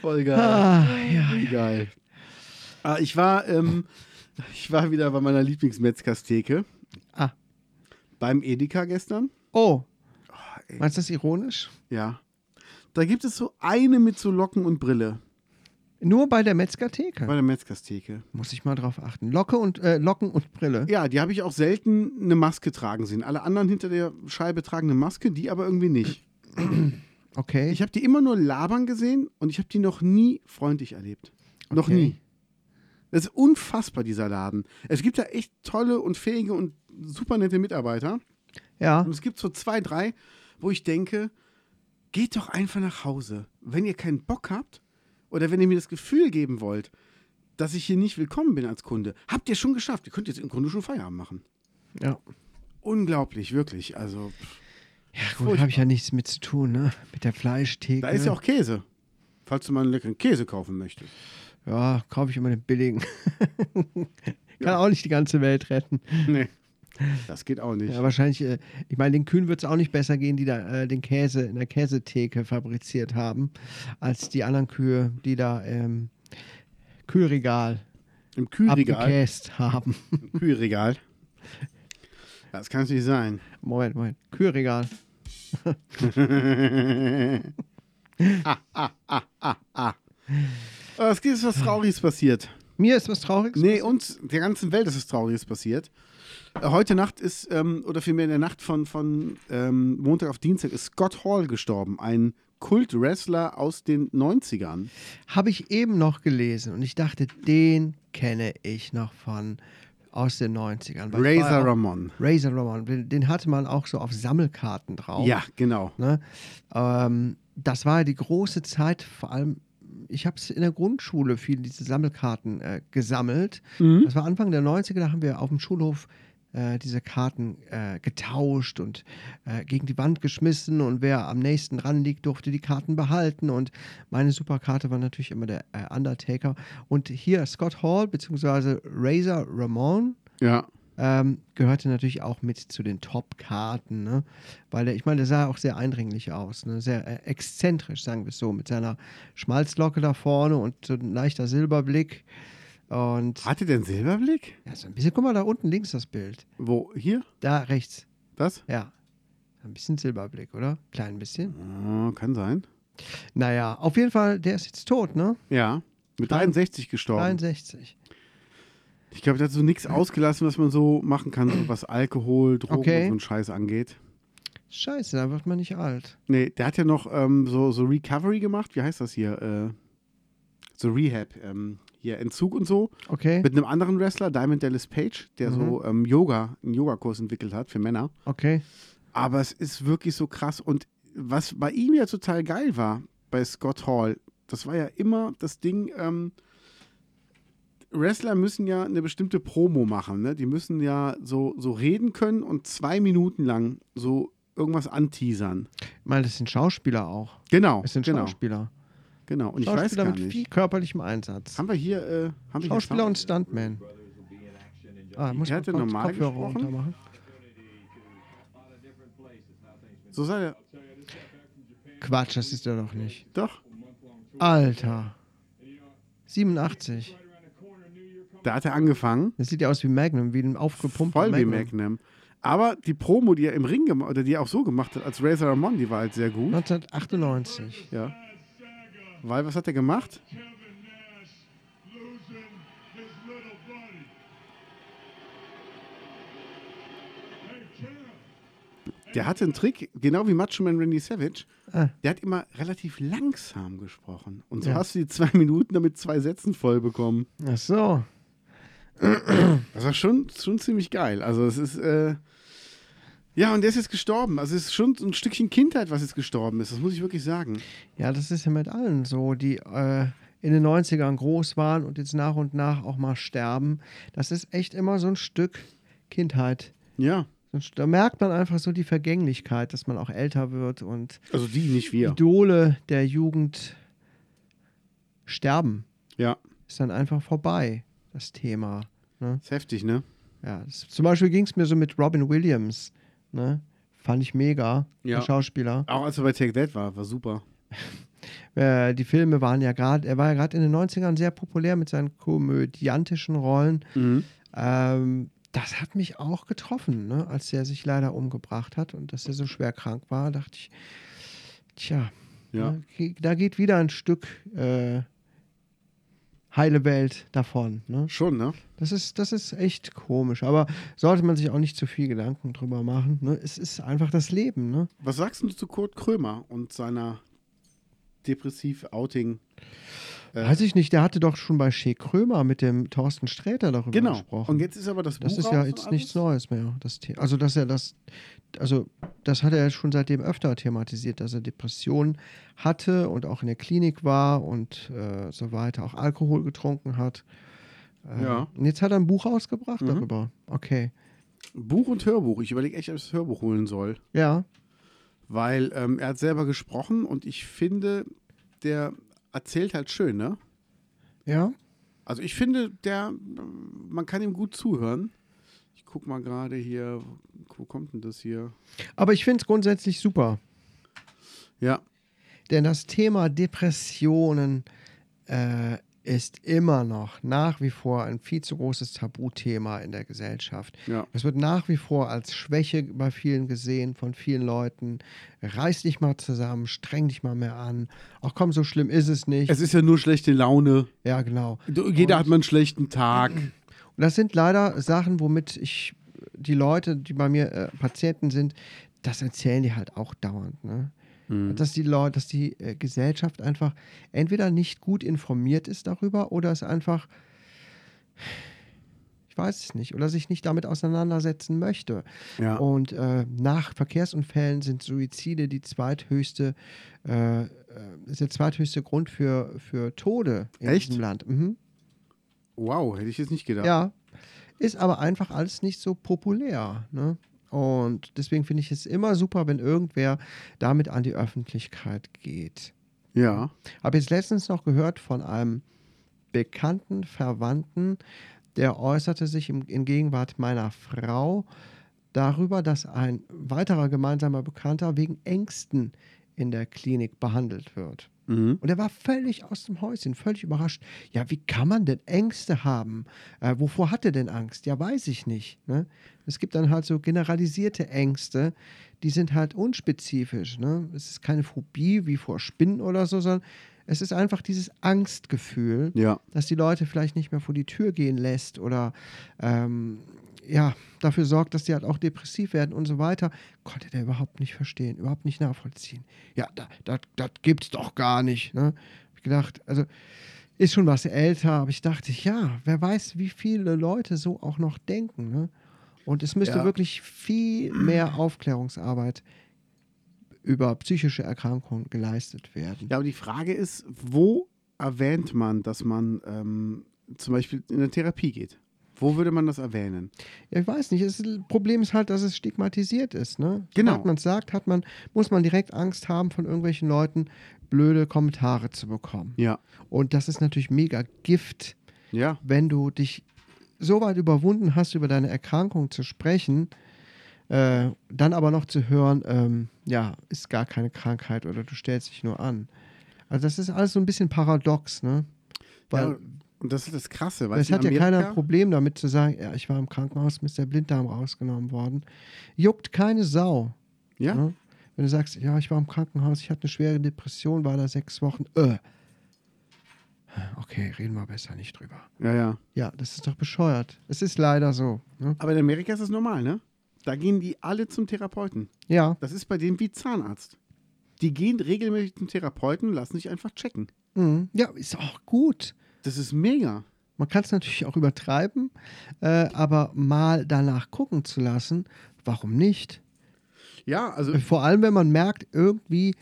Speaker 2: Voll geil.
Speaker 1: Ah, ja.
Speaker 2: Wie geil. Ah, ich, war, ähm, ich war wieder bei meiner Lieblingsmetzgersteke.
Speaker 1: Ah.
Speaker 2: Beim Edeka gestern.
Speaker 1: Oh. Meinst du das ironisch?
Speaker 2: Ja. Da gibt es so eine mit so Locken und Brille.
Speaker 1: Nur bei der Metzgertheke.
Speaker 2: Bei der Metzgersteke.
Speaker 1: Muss ich mal drauf achten. Locke und, äh, Locken und Brille.
Speaker 2: Ja, die habe ich auch selten eine Maske tragen sehen. Alle anderen hinter der Scheibe tragen eine Maske, die aber irgendwie nicht.
Speaker 1: Okay.
Speaker 2: Ich habe die immer nur labern gesehen und ich habe die noch nie freundlich erlebt. Noch
Speaker 1: Okay.
Speaker 2: nie. Das ist unfassbar, dieser Laden. Es gibt da echt tolle und fähige und super nette Mitarbeiter.
Speaker 1: ja.
Speaker 2: Und es gibt so zwei, drei, wo ich denke, geht doch einfach nach Hause. Wenn ihr keinen Bock habt oder wenn ihr mir das Gefühl geben wollt, dass ich hier nicht willkommen bin als Kunde, habt ihr schon geschafft. Ihr könnt jetzt im Grunde schon Feierabend machen.
Speaker 1: Ja.
Speaker 2: Unglaublich, wirklich. Also, pff,
Speaker 1: Ja, gut, habe ich ja nichts mit zu tun, ne? Mit der Fleischtheke.
Speaker 2: da ist ja auch Käse. Falls du mal einen leckeren Käse kaufen möchtest.
Speaker 1: Ja, kaufe ich immer den billigen. Kann auch nicht die ganze Welt retten.
Speaker 2: Nee. Das geht auch nicht.
Speaker 1: Ja, wahrscheinlich, äh, ich meine, den Kühen wird es auch nicht besser gehen, die da äh, den Käse in der Käsetheke fabriziert haben, als die anderen Kühe, die da ähm, Kühlregal
Speaker 2: Im Kühlregal.
Speaker 1: abgekäst haben.
Speaker 2: Im Kühlregal. Das kann es nicht sein.
Speaker 1: Moment, Moment. Kühlregal.
Speaker 2: Aber es ist was Trauriges passiert.
Speaker 1: Mir ist was Trauriges.
Speaker 2: Nee, uns, der ganzen Welt ist was Trauriges passiert. Äh, Heute Nacht ist, ähm, oder vielmehr in der Nacht von, von ähm, Montag auf Dienstag, ist Scott Hall gestorben. Ein Kult-Wrestler aus den 90ern.
Speaker 1: Habe ich eben noch gelesen und ich dachte, den kenne ich noch von aus den 90ern. weil ich war ja
Speaker 2: Razor
Speaker 1: auch-
Speaker 2: Ramon.
Speaker 1: Razor Ramon, den den hatte man auch so auf Sammelkarten drauf.
Speaker 2: Ja, genau.
Speaker 1: Ne? Ähm, das war ja die große Zeit, vor allem, ich habe es in der Grundschule viel diese Sammelkarten äh, gesammelt. Das war Anfang der 90er, da haben wir auf dem Schulhof äh, diese Karten äh, getauscht und äh, gegen die Wand geschmissen und wer am nächsten ran liegt, durfte die Karten behalten und meine Superkarte war natürlich immer der äh, Undertaker und hier Scott Hall bzw. Razor Ramon
Speaker 2: Ja.
Speaker 1: ähm, gehörte natürlich auch mit zu den Top-Karten, ne? weil der, ich meine, der sah auch sehr eindringlich aus, ne? sehr äh, exzentrisch, sagen wir es so, mit seiner Schmalzlocke da vorne und so ein leichter Silberblick und
Speaker 2: Hatte der einen Silberblick?
Speaker 1: ja, so ein bisschen, guck mal, da unten links das Bild,
Speaker 2: Wo? Hier?
Speaker 1: da rechts,
Speaker 2: Das?
Speaker 1: ja, ein bisschen Silberblick, oder? Klein bisschen.
Speaker 2: Ah, kann sein.
Speaker 1: Naja, auf jeden Fall, der ist jetzt tot, ne?
Speaker 2: Ja. Mit
Speaker 1: Nein.
Speaker 2: 63 gestorben.
Speaker 1: 63.
Speaker 2: Ich glaube, da hat so nichts ausgelassen, was man so machen kann, so was Alkohol, Drogen
Speaker 1: Okay.
Speaker 2: und so einen Scheiß angeht.
Speaker 1: Scheiße, da wird man nicht alt.
Speaker 2: Nee, der hat ja noch ähm, so, so Recovery gemacht. Wie heißt das hier? Äh, so Rehab. Ähm, hier Entzug und so.
Speaker 1: Okay, Mhm.
Speaker 2: Mit einem anderen Wrestler, Diamond Dallas Page, der so ähm, Yoga, einen Yogakurs entwickelt hat für Männer.
Speaker 1: okay.
Speaker 2: Aber es ist wirklich so krass. Und was bei ihm ja total geil war, bei Scott Hall, das war ja immer das Ding, ähm, Wrestler müssen ja eine bestimmte Promo machen. Ne? Die müssen ja so, so reden können und zwei Minuten lang so irgendwas anteasern.
Speaker 1: Ich meine, das sind Schauspieler auch.
Speaker 2: Genau.
Speaker 1: Es sind
Speaker 2: genau,
Speaker 1: Schauspieler.
Speaker 2: genau. Und ich weiß
Speaker 1: Schauspieler
Speaker 2: gar
Speaker 1: mit viel
Speaker 2: nicht.
Speaker 1: körperlichem Einsatz.
Speaker 2: Haben wir hier. Äh, haben wir hier
Speaker 1: Schauspieler und
Speaker 2: Sound?
Speaker 1: Stuntman. Ah, muss
Speaker 2: Er
Speaker 1: man
Speaker 2: hatte
Speaker 1: kurz
Speaker 2: normal
Speaker 1: Kopfhörer
Speaker 2: gesprochen.
Speaker 1: runtermachen.
Speaker 2: So sei er.
Speaker 1: Quatsch, das ist er doch nicht.
Speaker 2: Doch.
Speaker 1: Alter. 87.
Speaker 2: Da hat er angefangen.
Speaker 1: Das sieht ja aus wie Magnum, wie ein aufgepumpter
Speaker 2: Voll wie Magnum. Aber die Promo, die er im Ring gemacht oder die er auch so gemacht hat als Razor Ramon, die war halt sehr gut.
Speaker 1: 1998.
Speaker 2: Ja. Weil was hat er gemacht? Der hatte einen Trick, genau wie Macho Man Randy Savage.
Speaker 1: Ah.
Speaker 2: Der hat immer relativ langsam gesprochen. Und so
Speaker 1: Ja.
Speaker 2: hast du die zwei Minuten damit zwei Sätzen voll bekommen.
Speaker 1: Ach so.
Speaker 2: Das war schon, schon ziemlich geil. Also es ist, äh ja, und der ist jetzt gestorben. Also es ist schon so ein Stückchen Kindheit, was jetzt gestorben ist. Das muss ich wirklich sagen.
Speaker 1: Ja, das ist ja mit allen so, die äh, in den 90ern groß waren und jetzt nach und nach auch mal sterben. Das ist echt immer so ein Stück Kindheit.
Speaker 2: Ja.
Speaker 1: So ein St- Da merkt man einfach so die Vergänglichkeit, dass man auch älter wird und
Speaker 2: Also die, nicht wir.
Speaker 1: Idole der Jugend sterben.
Speaker 2: Ja.
Speaker 1: Ist dann einfach vorbei, das Thema. Ne?
Speaker 2: Ist heftig, ne?
Speaker 1: Ja, das, zum Beispiel ging es mir so mit Robin Williams. Ne? Fand ich mega,
Speaker 2: Ja.
Speaker 1: der Schauspieler.
Speaker 2: Auch als er bei Take That war, war super.
Speaker 1: Äh, die Filme waren ja gerade, er war ja gerade in den 90ern sehr populär mit seinen komödiantischen Rollen. Ähm, das hat mich auch getroffen, ne? als er sich leider umgebracht hat und dass er so schwer krank war, dachte ich, tja,
Speaker 2: Ja.
Speaker 1: ne, ge- da geht wieder ein Stück äh, heile Welt davon. Ne?
Speaker 2: Schon, ne?
Speaker 1: Das ist, das ist echt komisch. Aber sollte man sich auch nicht zu viel Gedanken drüber machen. Ne? Es ist einfach das Leben. Ne?
Speaker 2: Was sagst du zu Kurt Krömer und seiner depressiv-outing? Äh.
Speaker 1: Weiß ich nicht, der hatte doch schon bei Shea Krömer mit dem Thorsten Sträter darüber
Speaker 2: Genau.
Speaker 1: gesprochen.
Speaker 2: Und jetzt ist aber das Buch
Speaker 1: das ist ja
Speaker 2: raus
Speaker 1: jetzt
Speaker 2: und
Speaker 1: nichts
Speaker 2: alles.
Speaker 1: Neues mehr, das Thema. Also, dass er das, also, das hat er ja schon seitdem öfter thematisiert, dass er Depressionen hatte und auch in der Klinik war und äh, so weiter, auch Alkohol getrunken hat. Äh,
Speaker 2: Ja. Mhm.
Speaker 1: Und jetzt hat er ein Buch rausgebracht darüber. Okay. ähm,
Speaker 2: Buch und Hörbuch. Ich überlege echt, ob ich das Hörbuch holen soll.
Speaker 1: Ja.
Speaker 2: Weil ähm, er hat selber gesprochen und ich finde, der erzählt halt schön, ne?
Speaker 1: Ja.
Speaker 2: Also ich finde, der, ähm, man kann ihm gut zuhören. Ich guck mal gerade hier, wo kommt denn das hier?
Speaker 1: Aber ich finde es grundsätzlich super.
Speaker 2: Ja,
Speaker 1: Denn das Thema Depressionen äh, ist immer noch nach wie vor ein viel zu großes Tabuthema in der Gesellschaft.
Speaker 2: Ja.
Speaker 1: Es wird nach wie vor als Schwäche bei vielen gesehen, von vielen Leuten. Reiß dich mal zusammen, streng dich mal mehr an. Ach komm, so schlimm ist es nicht.
Speaker 2: es ist ja nur schlechte Laune.
Speaker 1: ja, genau.
Speaker 2: Du- Jeder
Speaker 1: Und-
Speaker 2: hat mal einen schlechten Tag.
Speaker 1: Und das sind leider Sachen, womit ich die Leute, die bei mir äh, Patienten sind, das erzählen die halt auch dauernd. Ne?
Speaker 2: Mhm.
Speaker 1: Dass die Leute, dass die äh, Gesellschaft einfach entweder nicht gut informiert ist darüber oder es einfach, ich weiß es nicht, oder sich nicht damit auseinandersetzen möchte.
Speaker 2: Ja.
Speaker 1: Und äh, nach Verkehrsunfällen sind Suizide die zweithöchste, äh, äh, ist der zweithöchste Grund für, für Tode in
Speaker 2: Echt?
Speaker 1: diesem Land. Mhm.
Speaker 2: Wow, hätte ich jetzt nicht gedacht.
Speaker 1: Ja. Ist aber einfach alles nicht so populär. Ne? Und deswegen finde ich es immer super, wenn irgendwer damit an die Öffentlichkeit geht.
Speaker 2: ja.
Speaker 1: Habe jetzt letztens noch gehört von einem bekannten Verwandten, der äußerte sich im, in Gegenwart meiner Frau darüber, dass ein weiterer gemeinsamer Bekannter wegen Ängsten in der Klinik behandelt wird.
Speaker 2: Mhm.
Speaker 1: Und er war völlig aus dem Häuschen, völlig überrascht. Ja, wie kann man denn Ängste haben? Äh, wovor hat er denn Angst? Ja, weiß ich nicht. Ne? Es gibt dann halt so generalisierte Ängste, die sind halt unspezifisch. Ne? Es ist keine Phobie wie vor Spinnen oder so, sondern es ist einfach dieses Angstgefühl,
Speaker 2: Ja.
Speaker 1: dass die Leute vielleicht nicht mehr vor die Tür gehen lässt oder ähm, ja, dafür sorgt, dass die halt auch depressiv werden und so weiter, konnte der überhaupt nicht verstehen, überhaupt nicht nachvollziehen. Ja, das da, das gibt's doch gar nicht. Ne? Hab ich gedacht, also ist schon was älter, aber ich dachte, ja, wer weiß, wie viele Leute so auch noch denken. Ne? Und es müsste
Speaker 2: Ja.
Speaker 1: wirklich viel mehr Aufklärungsarbeit über psychische Erkrankungen geleistet werden.
Speaker 2: Ja, aber die Frage ist, wo erwähnt man, dass man ähm, zum Beispiel in eine Therapie geht? Wo würde man das erwähnen?
Speaker 1: Ja, ich weiß nicht. Das Problem ist halt, dass es stigmatisiert ist. Ne?
Speaker 2: Genau.
Speaker 1: Sobald man es sagt, hat man, muss man direkt Angst haben, von irgendwelchen Leuten blöde Kommentare zu bekommen.
Speaker 2: Ja.
Speaker 1: Und das ist natürlich mega Gift,
Speaker 2: Ja.
Speaker 1: wenn du dich so weit überwunden hast, über deine Erkrankung zu sprechen, äh, dann aber noch zu hören, ähm, ja, ist gar keine Krankheit oder du stellst dich nur an. Also das ist alles so ein bisschen paradox, ne? Weil
Speaker 2: ja. Und das ist das Krasse.
Speaker 1: es
Speaker 2: Weißt du, in
Speaker 1: hat ja keiner
Speaker 2: Amerika-
Speaker 1: Problem damit zu sagen, ja, ich war im Krankenhaus, mir ist der Blinddarm rausgenommen worden. Juckt keine Sau.
Speaker 2: Ja.
Speaker 1: Ne? Wenn du sagst, ja, ich war im Krankenhaus, ich hatte eine schwere Depression, war da sechs Wochen. Äh. Okay, reden wir besser nicht drüber.
Speaker 2: ja, ja.
Speaker 1: Ja, das ist doch bescheuert. Es ist leider so. Ne?
Speaker 2: Aber in Amerika ist das normal, ne? Da gehen die alle zum Therapeuten.
Speaker 1: Ja,
Speaker 2: Das ist bei denen wie Zahnarzt. Die gehen regelmäßig zum Therapeuten und lassen sich einfach checken.
Speaker 1: mhm. ja, ist auch gut.
Speaker 2: Das ist mega.
Speaker 1: Man kann es natürlich auch übertreiben, äh, aber mal danach gucken zu lassen, warum nicht?
Speaker 2: Ja, also
Speaker 1: Vor allem, wenn man merkt, irgendwie,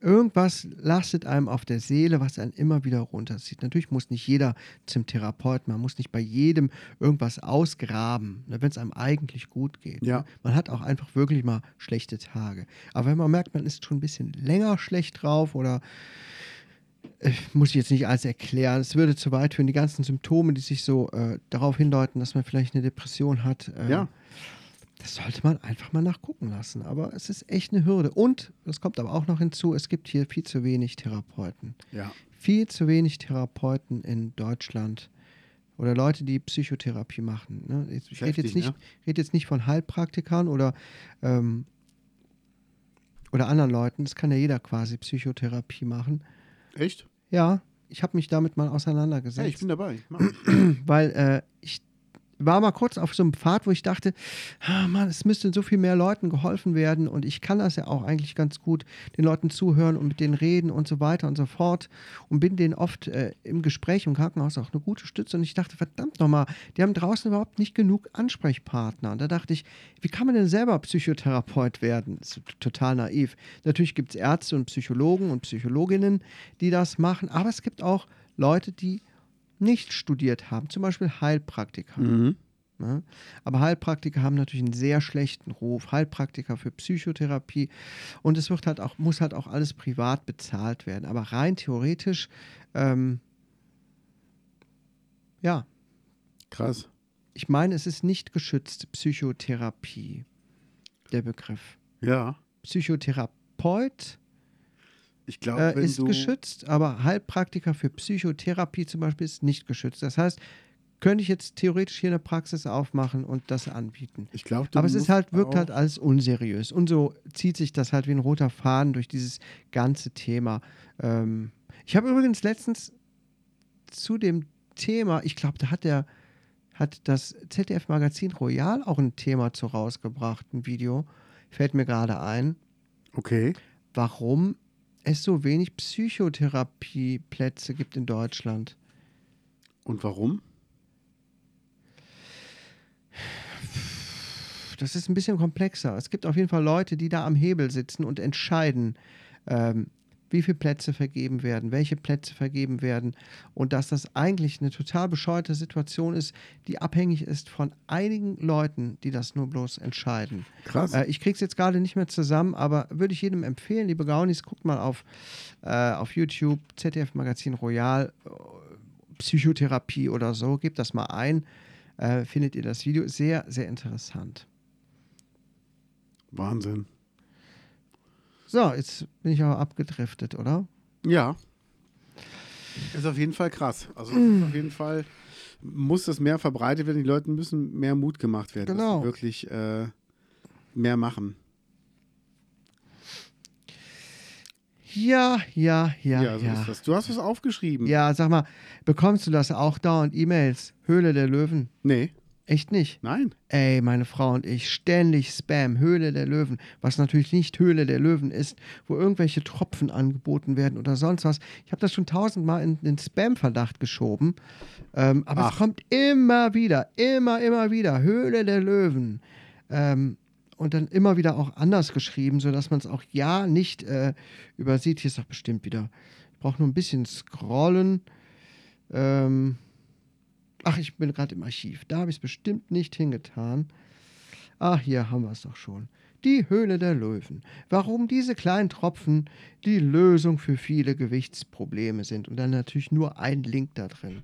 Speaker 1: irgendwas lastet einem auf der Seele, was einen immer wieder runterzieht. Natürlich muss nicht jeder zum Therapeuten, man muss nicht bei jedem irgendwas ausgraben, ne, wenn es einem eigentlich gut geht.
Speaker 2: Ja.
Speaker 1: Ne? Man hat auch einfach wirklich mal schlechte Tage. Aber wenn man merkt, man ist schon ein bisschen länger schlecht drauf oder äh, muss ich jetzt nicht alles erklären. Es würde zu weit führen, die ganzen Symptome, die sich so äh, darauf hindeuten, dass man vielleicht eine Depression hat. Äh,
Speaker 2: Ja.
Speaker 1: das sollte man einfach mal nachgucken lassen. Aber es ist echt eine Hürde. Und, das kommt aber auch noch hinzu, es gibt hier viel zu wenig Therapeuten.
Speaker 2: ja.
Speaker 1: Viel zu wenig Therapeuten in Deutschland oder Leute, die Psychotherapie machen. Ne? Ich- Ich rede
Speaker 2: Heftig,
Speaker 1: jetzt, nicht-
Speaker 2: ne?
Speaker 1: rede jetzt nicht von Heilpraktikern oder, ähm, oder anderen Leuten. Das kann ja jeder quasi Psychotherapie machen.
Speaker 2: Echt?
Speaker 1: Ja, ich habe mich damit mal
Speaker 2: Ja, ich
Speaker 1: auseinandergesetzt,
Speaker 2: bin dabei. Mach ich.
Speaker 1: weil äh, ich war mal kurz auf so einem Pfad, wo ich dachte, ah, Mann, es müssten so viel mehr Leuten geholfen werden und ich kann das ja auch eigentlich ganz gut, den Leuten zuhören und mit denen reden und so weiter und so fort und bin denen oft äh, im Gespräch im Krankenhaus auch eine gute Stütze und ich dachte, verdammt nochmal, die haben draußen überhaupt nicht genug Ansprechpartner und da dachte ich, wie kann man denn selber Psychotherapeut werden? Das ist total naiv. Natürlich gibt es Ärzte und Psychologen und Psychologinnen, die das machen, aber es gibt auch Leute, die nicht studiert haben, zum Beispiel Heilpraktiker.
Speaker 2: Mhm.
Speaker 1: Ne? Aber Heilpraktiker haben natürlich einen sehr schlechten Ruf. Heilpraktiker für Psychotherapie. Und es wird halt auch, muss halt auch alles privat bezahlt werden. Aber rein theoretisch, ähm, ja,
Speaker 2: Krass.
Speaker 1: ich meine, es ist nicht geschützt, Psychotherapie, der Begriff.
Speaker 2: Ja.
Speaker 1: Psychotherapeut
Speaker 2: Ich glaube,
Speaker 1: äh,
Speaker 2: wenn
Speaker 1: ist
Speaker 2: du
Speaker 1: geschützt, aber Heilpraktiker für Psychotherapie zum Beispiel ist nicht geschützt. Das heißt, könnte ich jetzt theoretisch hier eine Praxis aufmachen und das anbieten.
Speaker 2: Ich glaube, du
Speaker 1: Aber es ist
Speaker 2: musst
Speaker 1: halt, wirkt
Speaker 2: auch-
Speaker 1: halt alles unseriös. Und so zieht sich das halt wie ein roter Faden durch dieses ganze Thema. Ähm, ich habe übrigens letztens zu dem Thema, ich glaube, da hat der, hat das ZDF-Magazin Royal auch ein Thema zu rausgebracht, ein Video. Fällt mir gerade ein,
Speaker 2: Okay.
Speaker 1: warum es so wenig Psychotherapieplätze gibt in Deutschland.
Speaker 2: Und warum?
Speaker 1: das ist ein bisschen komplexer. Es gibt auf jeden Fall Leute, die da am Hebel sitzen und entscheiden, ähm, wie viele Plätze vergeben werden, welche Plätze vergeben werden und dass das eigentlich eine total bescheuerte Situation ist, die abhängig ist von einigen Leuten, die das nur bloß entscheiden.
Speaker 2: Krass.
Speaker 1: Äh, ich krieg's jetzt gerade nicht mehr zusammen, aber würde ich jedem empfehlen, liebe Gaunis, guckt mal auf, äh, auf YouTube, ZDF Magazin Royal, äh, Psychotherapie oder so, gebt das mal ein. Äh, findet ihr das Video? Ist Sehr, sehr interessant.
Speaker 2: Wahnsinn.
Speaker 1: So, jetzt bin ich aber abgedriftet, oder?
Speaker 2: Ja. Ist auf jeden Fall krass. Also
Speaker 1: Mm.
Speaker 2: ist auf jeden Fall muss das mehr verbreitet werden. Die Leute müssen mehr Mut gemacht werden. Dass
Speaker 1: Genau.
Speaker 2: sie wirklich äh, mehr machen.
Speaker 1: Ja, ja, ja,
Speaker 2: Ja,
Speaker 1: ja.
Speaker 2: so ist das. Du hast es aufgeschrieben.
Speaker 1: Ja, sag mal, bekommst du das auch dauernd E-Mails? Höhle der Löwen?
Speaker 2: Nee,
Speaker 1: Echt nicht?
Speaker 2: nein.
Speaker 1: Ey, meine Frau und ich, ständig Spam, Höhle der Löwen, was natürlich nicht Höhle der Löwen ist, wo irgendwelche Tropfen angeboten werden oder sonst was. Ich habe das schon tausendmal in den Spam-Verdacht geschoben, ähm, aber
Speaker 2: Ach.
Speaker 1: es kommt immer wieder, immer, immer wieder, Höhle der Löwen. Ähm, und dann immer wieder auch anders geschrieben, sodass man es auch ja nicht äh, übersieht. Hier ist doch bestimmt wieder. Ich brauche nur ein bisschen scrollen. Ähm, ach, ich bin gerade im Archiv. Da habe ich es bestimmt nicht hingetan. Ach, hier haben wir es doch schon. Die Höhle der Löwen. Warum diese kleinen Tropfen die Lösung für viele Gewichtsprobleme sind. Und dann natürlich nur ein Link da drin.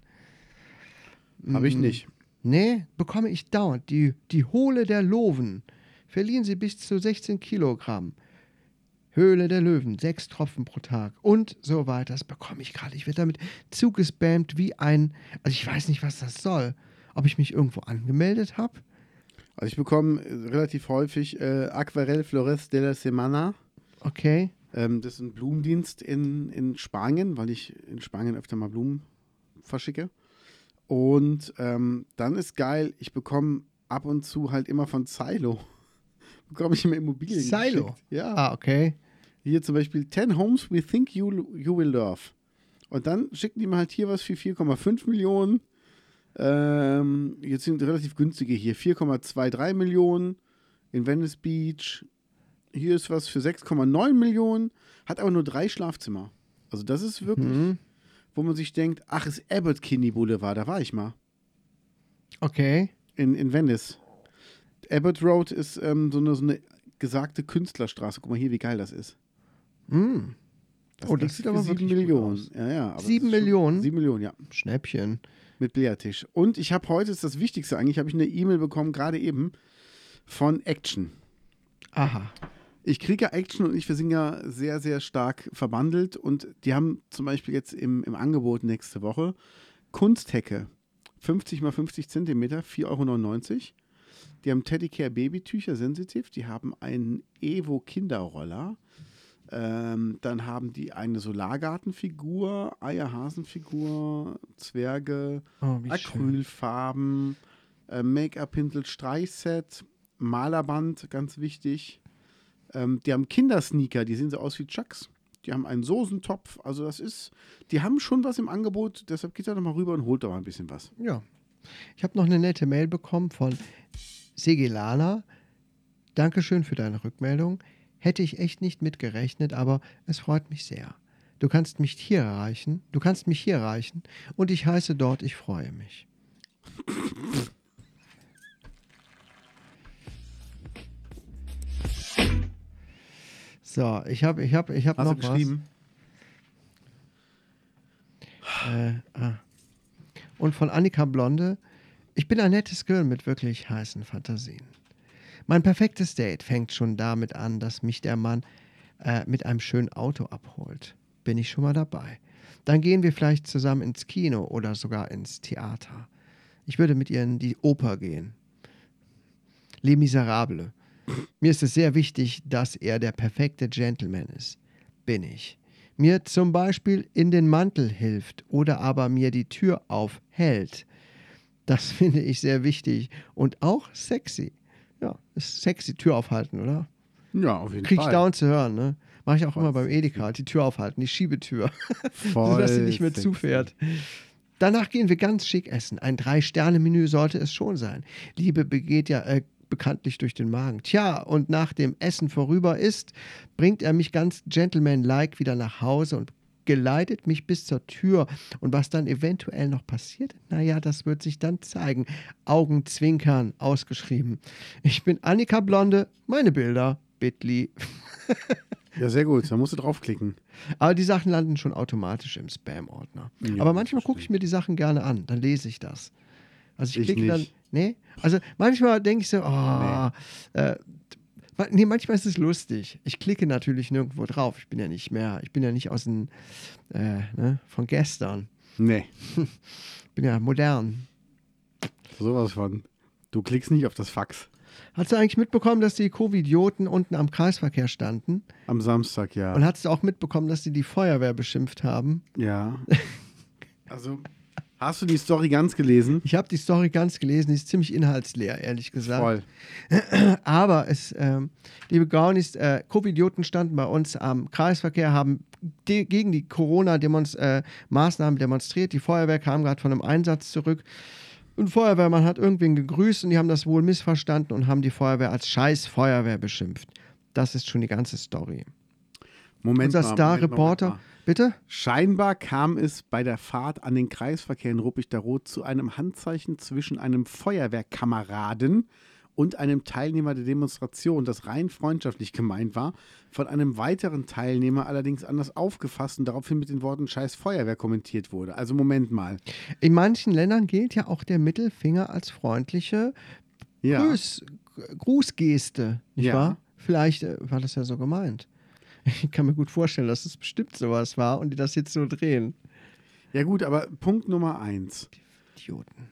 Speaker 1: Hm.
Speaker 2: Habe
Speaker 1: Mm.
Speaker 2: ich nicht.
Speaker 1: Nee, bekomme ich dauernd. Die, die Hohle der Löwen. Verlieren sie bis zu 16 Kilogramm. Höhle der Löwen, sechs Tropfen pro Tag und so weiter. Das bekomme ich gerade. Ich werde damit zugespammt wie ein. Also ich weiß nicht, was das soll. Ob ich mich irgendwo angemeldet habe?
Speaker 2: Also ich bekomme äh, relativ häufig äh, Aquarel Flores de la Semana.
Speaker 1: Okay.
Speaker 2: Ähm, das ist ein Blumendienst in, in Spanien, weil ich in Spanien öfter mal Blumen verschicke. Und ähm, dann ist geil, ich bekomme ab und zu halt immer von Silo. bekomme ich immer Immobilien.
Speaker 1: Silo?
Speaker 2: Geschickt. Ja.
Speaker 1: Ah, okay.
Speaker 2: Hier zum Beispiel 10 Homes we think you, you will love. Und dann schicken die mir halt hier was für 4,5 Millionen. Ähm, jetzt sind relativ günstige hier. 4,23 Millionen in Venice Beach. Hier ist was für 6,9 Millionen. Hat aber nur drei Schlafzimmer. Also das ist wirklich, wo man sich denkt, ach, ist Abbott Kinney Boulevard, da war ich mal.
Speaker 1: Okay.
Speaker 2: In, in Venice. Abbott Road ist ähm, so, eine, so eine gesagte Künstlerstraße. Guck mal hier, wie geil das ist.
Speaker 1: Mm. Oh, das
Speaker 2: liegt
Speaker 1: sieht
Speaker 2: für
Speaker 1: aber
Speaker 2: sieben
Speaker 1: wirklich gut
Speaker 2: Millionen.
Speaker 1: aus.
Speaker 2: Ja, ja, aber das
Speaker 1: Sieben
Speaker 2: ist schon-
Speaker 1: Millionen?
Speaker 2: Sieben Millionen, ja.
Speaker 1: Schnäppchen.
Speaker 2: Mit Billardtisch. Und ich habe heute, ist das Wichtigste eigentlich, habe ich eine E-Mail bekommen, gerade eben, von Action.
Speaker 1: Aha.
Speaker 2: Ich kriege ja Action und ich, wir sind ja sehr, sehr stark verbandelt und die haben zum Beispiel jetzt im, im Angebot nächste Woche Kunsthecke. 50 mal 50 Zentimeter, 4,99 Euro. Die haben Teddycare Babytücher sensitiv, die haben einen Evo Kinderroller. Ähm, dann haben die eine Solargartenfigur, Eierhasenfigur, Zwerge,
Speaker 1: Oh, wie schön.
Speaker 2: Acrylfarben, äh, Make-up-Pinsel-Streichset, Malerband, ganz wichtig. Ähm, die haben Kindersneaker, die sehen so aus wie Chucks. Die haben einen Soßentopf, also das ist, die haben schon was im Angebot, deshalb geht da nochmal rüber und holt da mal ein bisschen was.
Speaker 1: Ja. Ich habe noch eine nette Mail bekommen von Segelana. Dankeschön für deine Rückmeldung. Hätte ich echt nicht mitgerechnet, aber es freut mich sehr. Du kannst mich hier erreichen. Du kannst mich hier erreichen. Und ich heiße dort, ich freue mich. So, ich habe ich hab, ich hab
Speaker 2: Hast
Speaker 1: noch
Speaker 2: du geschrieben?
Speaker 1: was. Äh, ah. Und von Annika Blonde. Ich bin ein nettes Girl mit wirklich heißen Fantasien. Mein perfektes Date fängt schon damit an, dass mich der Mann äh, mit einem schönen Auto abholt. Bin ich schon mal dabei. Dann gehen wir vielleicht zusammen ins Kino oder sogar ins Theater. Ich würde mit ihr in die Oper gehen. Les Miserables. Mir ist es sehr wichtig, dass er der perfekte Gentleman ist. Bin ich. Mir zum Beispiel in den Mantel hilft oder aber mir die Tür aufhält. Das finde ich sehr wichtig und auch sexy. Ja, ist sexy, Tür aufhalten, oder?
Speaker 2: Ja, auf jeden
Speaker 1: Krieg ich
Speaker 2: Fall.
Speaker 1: dauernd zu hören, ne? Mache ich auch immer beim Edeka, die Tür aufhalten, die Schiebetür,
Speaker 2: Voll
Speaker 1: sodass sie nicht mehr
Speaker 2: sexy.
Speaker 1: zufährt. Danach gehen wir ganz schick essen. Ein Drei-Sterne-Menü sollte es schon sein. Liebe begeht ja äh, bekanntlich durch den Magen. Tja, und nach dem Essen vorüber ist, bringt er mich ganz gentleman-like wieder nach Hause und geleitet mich bis zur Tür. Und was dann eventuell noch passiert, naja, das wird sich dann zeigen. Augenzwinkern ausgeschrieben. Ich bin Annika Blonde, meine Bilder, Bitly.
Speaker 2: Ja, sehr gut, da musst du draufklicken.
Speaker 1: Aber die Sachen landen schon automatisch im Spam-Ordner.
Speaker 2: Ja,
Speaker 1: Aber manchmal
Speaker 2: das
Speaker 1: gucke ich mir die Sachen gerne an, dann lese ich das. Also ich,
Speaker 2: Ich
Speaker 1: klicke dann.
Speaker 2: nicht.
Speaker 1: Nee? Also manchmal denke ich so, oh, äh, ma- nee, manchmal ist es lustig. Ich klicke natürlich nirgendwo drauf. Ich bin ja nicht mehr, ich bin ja nicht aus den, äh, ne, von gestern.
Speaker 2: Nee,
Speaker 1: Ich bin ja modern.
Speaker 2: sowas von. Du klickst nicht auf das Fax.
Speaker 1: Hast du eigentlich mitbekommen, dass die Covidioten unten am Kreisverkehr standen?
Speaker 2: Am Samstag, ja.
Speaker 1: Und hast du auch mitbekommen, dass die die Feuerwehr beschimpft haben?
Speaker 2: Ja. Also, hast du die Story ganz gelesen?
Speaker 1: Ich habe die Story ganz gelesen, die ist ziemlich inhaltsleer, ehrlich gesagt.
Speaker 2: Voll.
Speaker 1: Aber es, ähm, liebe Gaunis, äh, Covidioten standen bei uns am Kreisverkehr, haben de gegen die Corona-Maßnahmen demonstriert. Die Feuerwehr kam gerade von einem Einsatz zurück. Ein Feuerwehrmann hat irgendwen gegrüßt und die haben das wohl missverstanden und haben die Feuerwehr als scheiß Feuerwehr beschimpft. Das ist schon die ganze Story.
Speaker 2: Moment
Speaker 1: Unser
Speaker 2: mal,
Speaker 1: Star-Reporter,
Speaker 2: Moment mal.
Speaker 1: bitte?
Speaker 2: Scheinbar kam es bei der Fahrt an den Kreisverkehr in Ruppichteroth zu einem Handzeichen zwischen einem Feuerwehrkameraden und einem Teilnehmer der Demonstration, das rein freundschaftlich gemeint war, von einem weiteren Teilnehmer allerdings anders aufgefasst und daraufhin mit den Worten Scheiß Feuerwehr kommentiert wurde. Also Moment mal.
Speaker 1: In manchen Ländern gilt ja auch der Mittelfinger als freundliche
Speaker 2: Ja.
Speaker 1: Grüß, Grußgeste, nicht
Speaker 2: Ja.
Speaker 1: wahr? Vielleicht äh, war das ja so gemeint. Ich kann mir gut vorstellen, dass es bestimmt sowas war und die das jetzt so drehen.
Speaker 2: ja gut, aber Punkt Nummer eins.
Speaker 1: Idioten.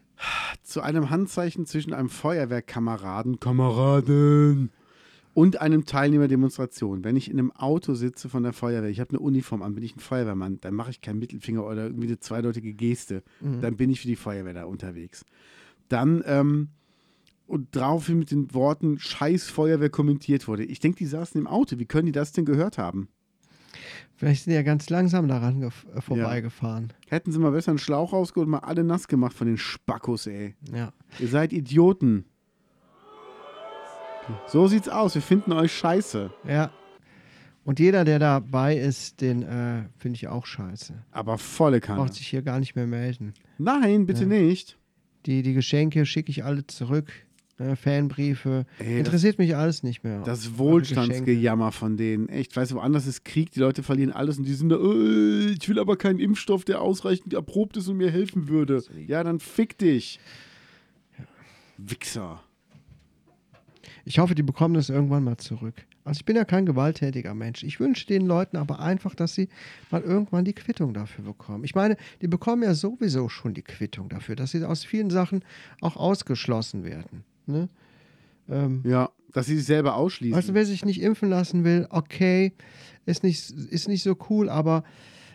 Speaker 2: zu einem Handzeichen zwischen einem Feuerwehrkameraden, Kameraden und einem Teilnehmer der Demonstration. Wenn ich in einem Auto sitze von der Feuerwehr, ich habe eine Uniform an, bin ich ein Feuerwehrmann, dann mache ich keinen Mittelfinger oder irgendwie eine zweideutige Geste. Dann bin ich für die Feuerwehr da unterwegs. Dann ähm, und daraufhin mit den Worten Scheiß Feuerwehr kommentiert wurde. Ich denke, die saßen im Auto. Wie können die das denn gehört haben?
Speaker 1: Vielleicht sind die ja ganz langsam daran gef- äh, vorbeigefahren.
Speaker 2: Hätten sie mal besser einen Schlauch rausgeholt und mal alle nass gemacht von den Spackos, ey.
Speaker 1: Ja.
Speaker 2: Ihr seid Idioten. So sieht's aus. Wir finden euch scheiße.
Speaker 1: ja. Und jeder, der dabei ist, den äh, finde ich auch scheiße.
Speaker 2: Aber volle Kanne.
Speaker 1: Braucht sich hier gar nicht mehr melden.
Speaker 2: Nein, bitte nicht.
Speaker 1: Die, die Geschenke schicke ich alle zurück. Ne, Fanbriefe.
Speaker 2: Ey, das-
Speaker 1: Interessiert mich alles nicht mehr.
Speaker 2: Das
Speaker 1: Geschenke.
Speaker 2: Wohlstandsgejammer von denen. Echt, weißt du, woanders ist Krieg, die Leute verlieren alles und die sind da, äh, ich will aber keinen Impfstoff, der ausreichend erprobt ist und mir helfen würde. Ja, dann fick dich. Wichser.
Speaker 1: Ich hoffe, die bekommen das irgendwann mal zurück. Also ich bin ja kein gewalttätiger Mensch. Ich wünsche den Leuten aber einfach, dass sie mal irgendwann die Quittung dafür bekommen. Ich meine, die bekommen ja sowieso schon die Quittung dafür, dass sie aus vielen Sachen auch ausgeschlossen werden. Ne?
Speaker 2: Ja, Dass sie sich selber ausschließen.
Speaker 1: Weißt du, wer sich nicht impfen lassen will, okay, ist nicht, ist nicht so cool, aber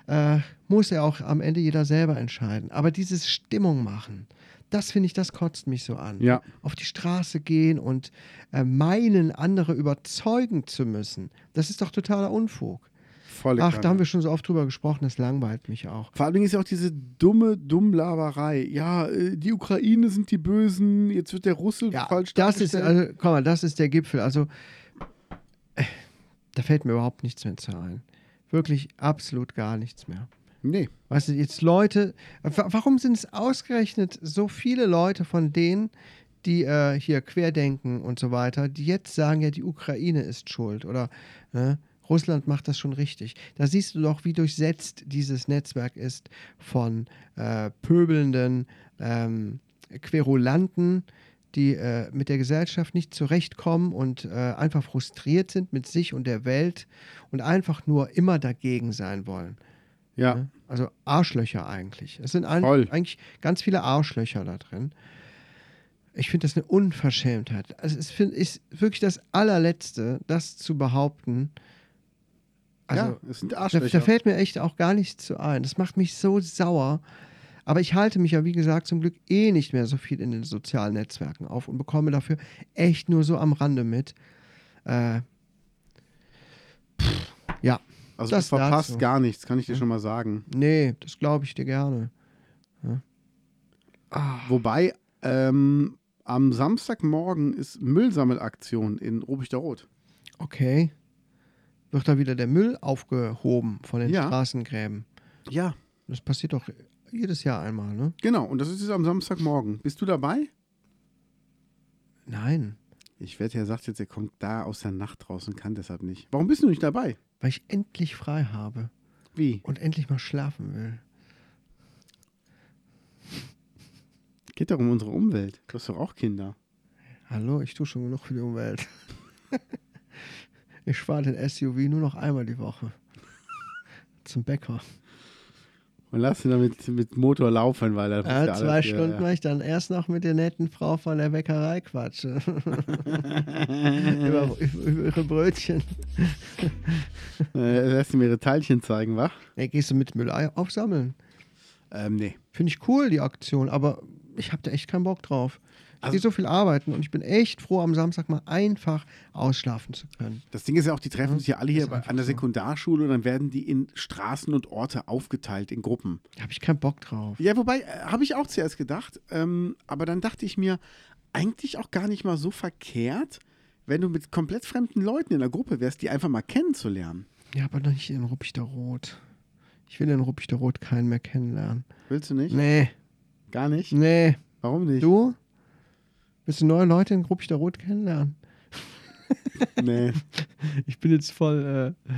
Speaker 1: äh, muss ja auch am Ende jeder selber entscheiden. Aber dieses Stimmung machen, das finde ich, das kotzt mich so an.
Speaker 2: Ja.
Speaker 1: Auf die Straße gehen und äh, meinen, andere überzeugen zu müssen, das ist doch totaler Unfug.
Speaker 2: Volle
Speaker 1: Ach,
Speaker 2: Kanne.
Speaker 1: da haben wir schon so oft drüber gesprochen, das langweilt mich auch.
Speaker 2: Vor allem ist ja auch diese dumme Dummlaberei. Ja, äh, die Ukraine sind die Bösen, jetzt wird der Russe
Speaker 1: Ja,
Speaker 2: falsch
Speaker 1: das ist,
Speaker 2: dargestellt.
Speaker 1: also, komm mal, das ist der Gipfel. Also, äh, da fällt mir überhaupt nichts mehr zu ein. Wirklich absolut gar nichts mehr.
Speaker 2: Nee,
Speaker 1: Weißt du, jetzt Leute, wa- warum sind es ausgerechnet so viele Leute von denen, die äh, hier querdenken und so weiter, die jetzt sagen, ja, die Ukraine ist schuld oder ne, Russland macht das schon richtig. Da siehst du doch, wie durchsetzt dieses Netzwerk ist von äh, pöbelnden ähm, Querulanten, die äh, mit der Gesellschaft nicht zurechtkommen und äh, einfach frustriert sind mit sich und der Welt und einfach nur immer dagegen sein wollen.
Speaker 2: ja.
Speaker 1: Ne? Also Arschlöcher eigentlich. Es sind ein,
Speaker 2: Voll.
Speaker 1: eigentlich ganz viele Arschlöcher da drin. Ich finde das eine Unverschämtheit. Also es find, ist wirklich das allerletzte, das zu behaupten. Also
Speaker 2: ja, es sind
Speaker 1: da, da
Speaker 2: Arschlöcher.
Speaker 1: fällt mir echt auch gar nichts zu ein. Das macht mich so sauer. Aber ich halte mich ja, wie gesagt, zum Glück eh nicht mehr so viel in den sozialen Netzwerken auf und bekomme dafür echt nur so am Rande mit. Äh, pff, ja,
Speaker 2: also
Speaker 1: das
Speaker 2: du verpasst
Speaker 1: dazu.
Speaker 2: gar nichts, kann ich dir schon mal sagen.
Speaker 1: nee, das glaube ich dir gerne.
Speaker 2: Wobei, ähm, am Samstagmorgen ist Müllsammelaktion in Rubichter Rot.
Speaker 1: Okay. Wird da wieder der Müll aufgehoben von den
Speaker 2: Ja.
Speaker 1: Straßengräben?
Speaker 2: Ja.
Speaker 1: Das passiert doch jedes Jahr einmal, ne?
Speaker 2: Genau, und das ist jetzt am Samstagmorgen. Bist du dabei?
Speaker 1: Nein,
Speaker 2: Ich wette, er sagt jetzt, er kommt da aus der Nacht raus und kann deshalb nicht. Warum bist du nicht dabei?
Speaker 1: weil ich endlich frei habe
Speaker 2: Wie?
Speaker 1: und endlich mal schlafen will.
Speaker 2: Geht doch um unsere Umwelt. Du hast doch auch Kinder.
Speaker 1: Hallo, ich tue schon genug für die Umwelt. ich fahre den SUV nur noch einmal die Woche. Zum Bäcker.
Speaker 2: Und lass ihn damit mit Motor laufen, weil er
Speaker 1: Ja, zwei Stunden
Speaker 2: Ja,
Speaker 1: mache ich dann erst noch mit der netten Frau von der Bäckerei quatsche. über, über ihre Brötchen.
Speaker 2: Äh, lässt ihm ihre Teilchen zeigen, wa?
Speaker 1: Ey, gehst du mit Müll aufsammeln?
Speaker 2: Ähm, nee.
Speaker 1: Finde ich cool, die Aktion, aber ich habe da echt keinen Bock drauf. Ich
Speaker 2: Also-
Speaker 1: gehe so viel arbeiten und ich bin echt froh, am Samstag mal einfach ausschlafen zu können.
Speaker 2: Das Ding ist ja auch, die treffen sich ja alle hier
Speaker 1: Ist
Speaker 2: bei,
Speaker 1: einfach
Speaker 2: an der
Speaker 1: so.
Speaker 2: Sekundarschule und dann werden die in Straßen und Orte aufgeteilt in Gruppen.
Speaker 1: Da habe ich keinen Bock drauf.
Speaker 2: Ja, wobei, äh, habe ich auch zuerst gedacht, ähm, aber dann dachte ich mir, eigentlich auch gar nicht mal so verkehrt, wenn du mit komplett fremden Leuten in der Gruppe wärst, die einfach mal kennenzulernen.
Speaker 1: Ja, aber doch nicht in Ruppichter Rot. Ich will in Ruppichter Rot keinen mehr kennenlernen.
Speaker 2: Willst du nicht?
Speaker 1: Nee,
Speaker 2: Gar nicht?
Speaker 1: nee.
Speaker 2: Warum nicht?
Speaker 1: Du? Willst du neue Leute in Ruppichter Rot kennenlernen?
Speaker 2: Nee.
Speaker 1: Ich bin jetzt voll. Äh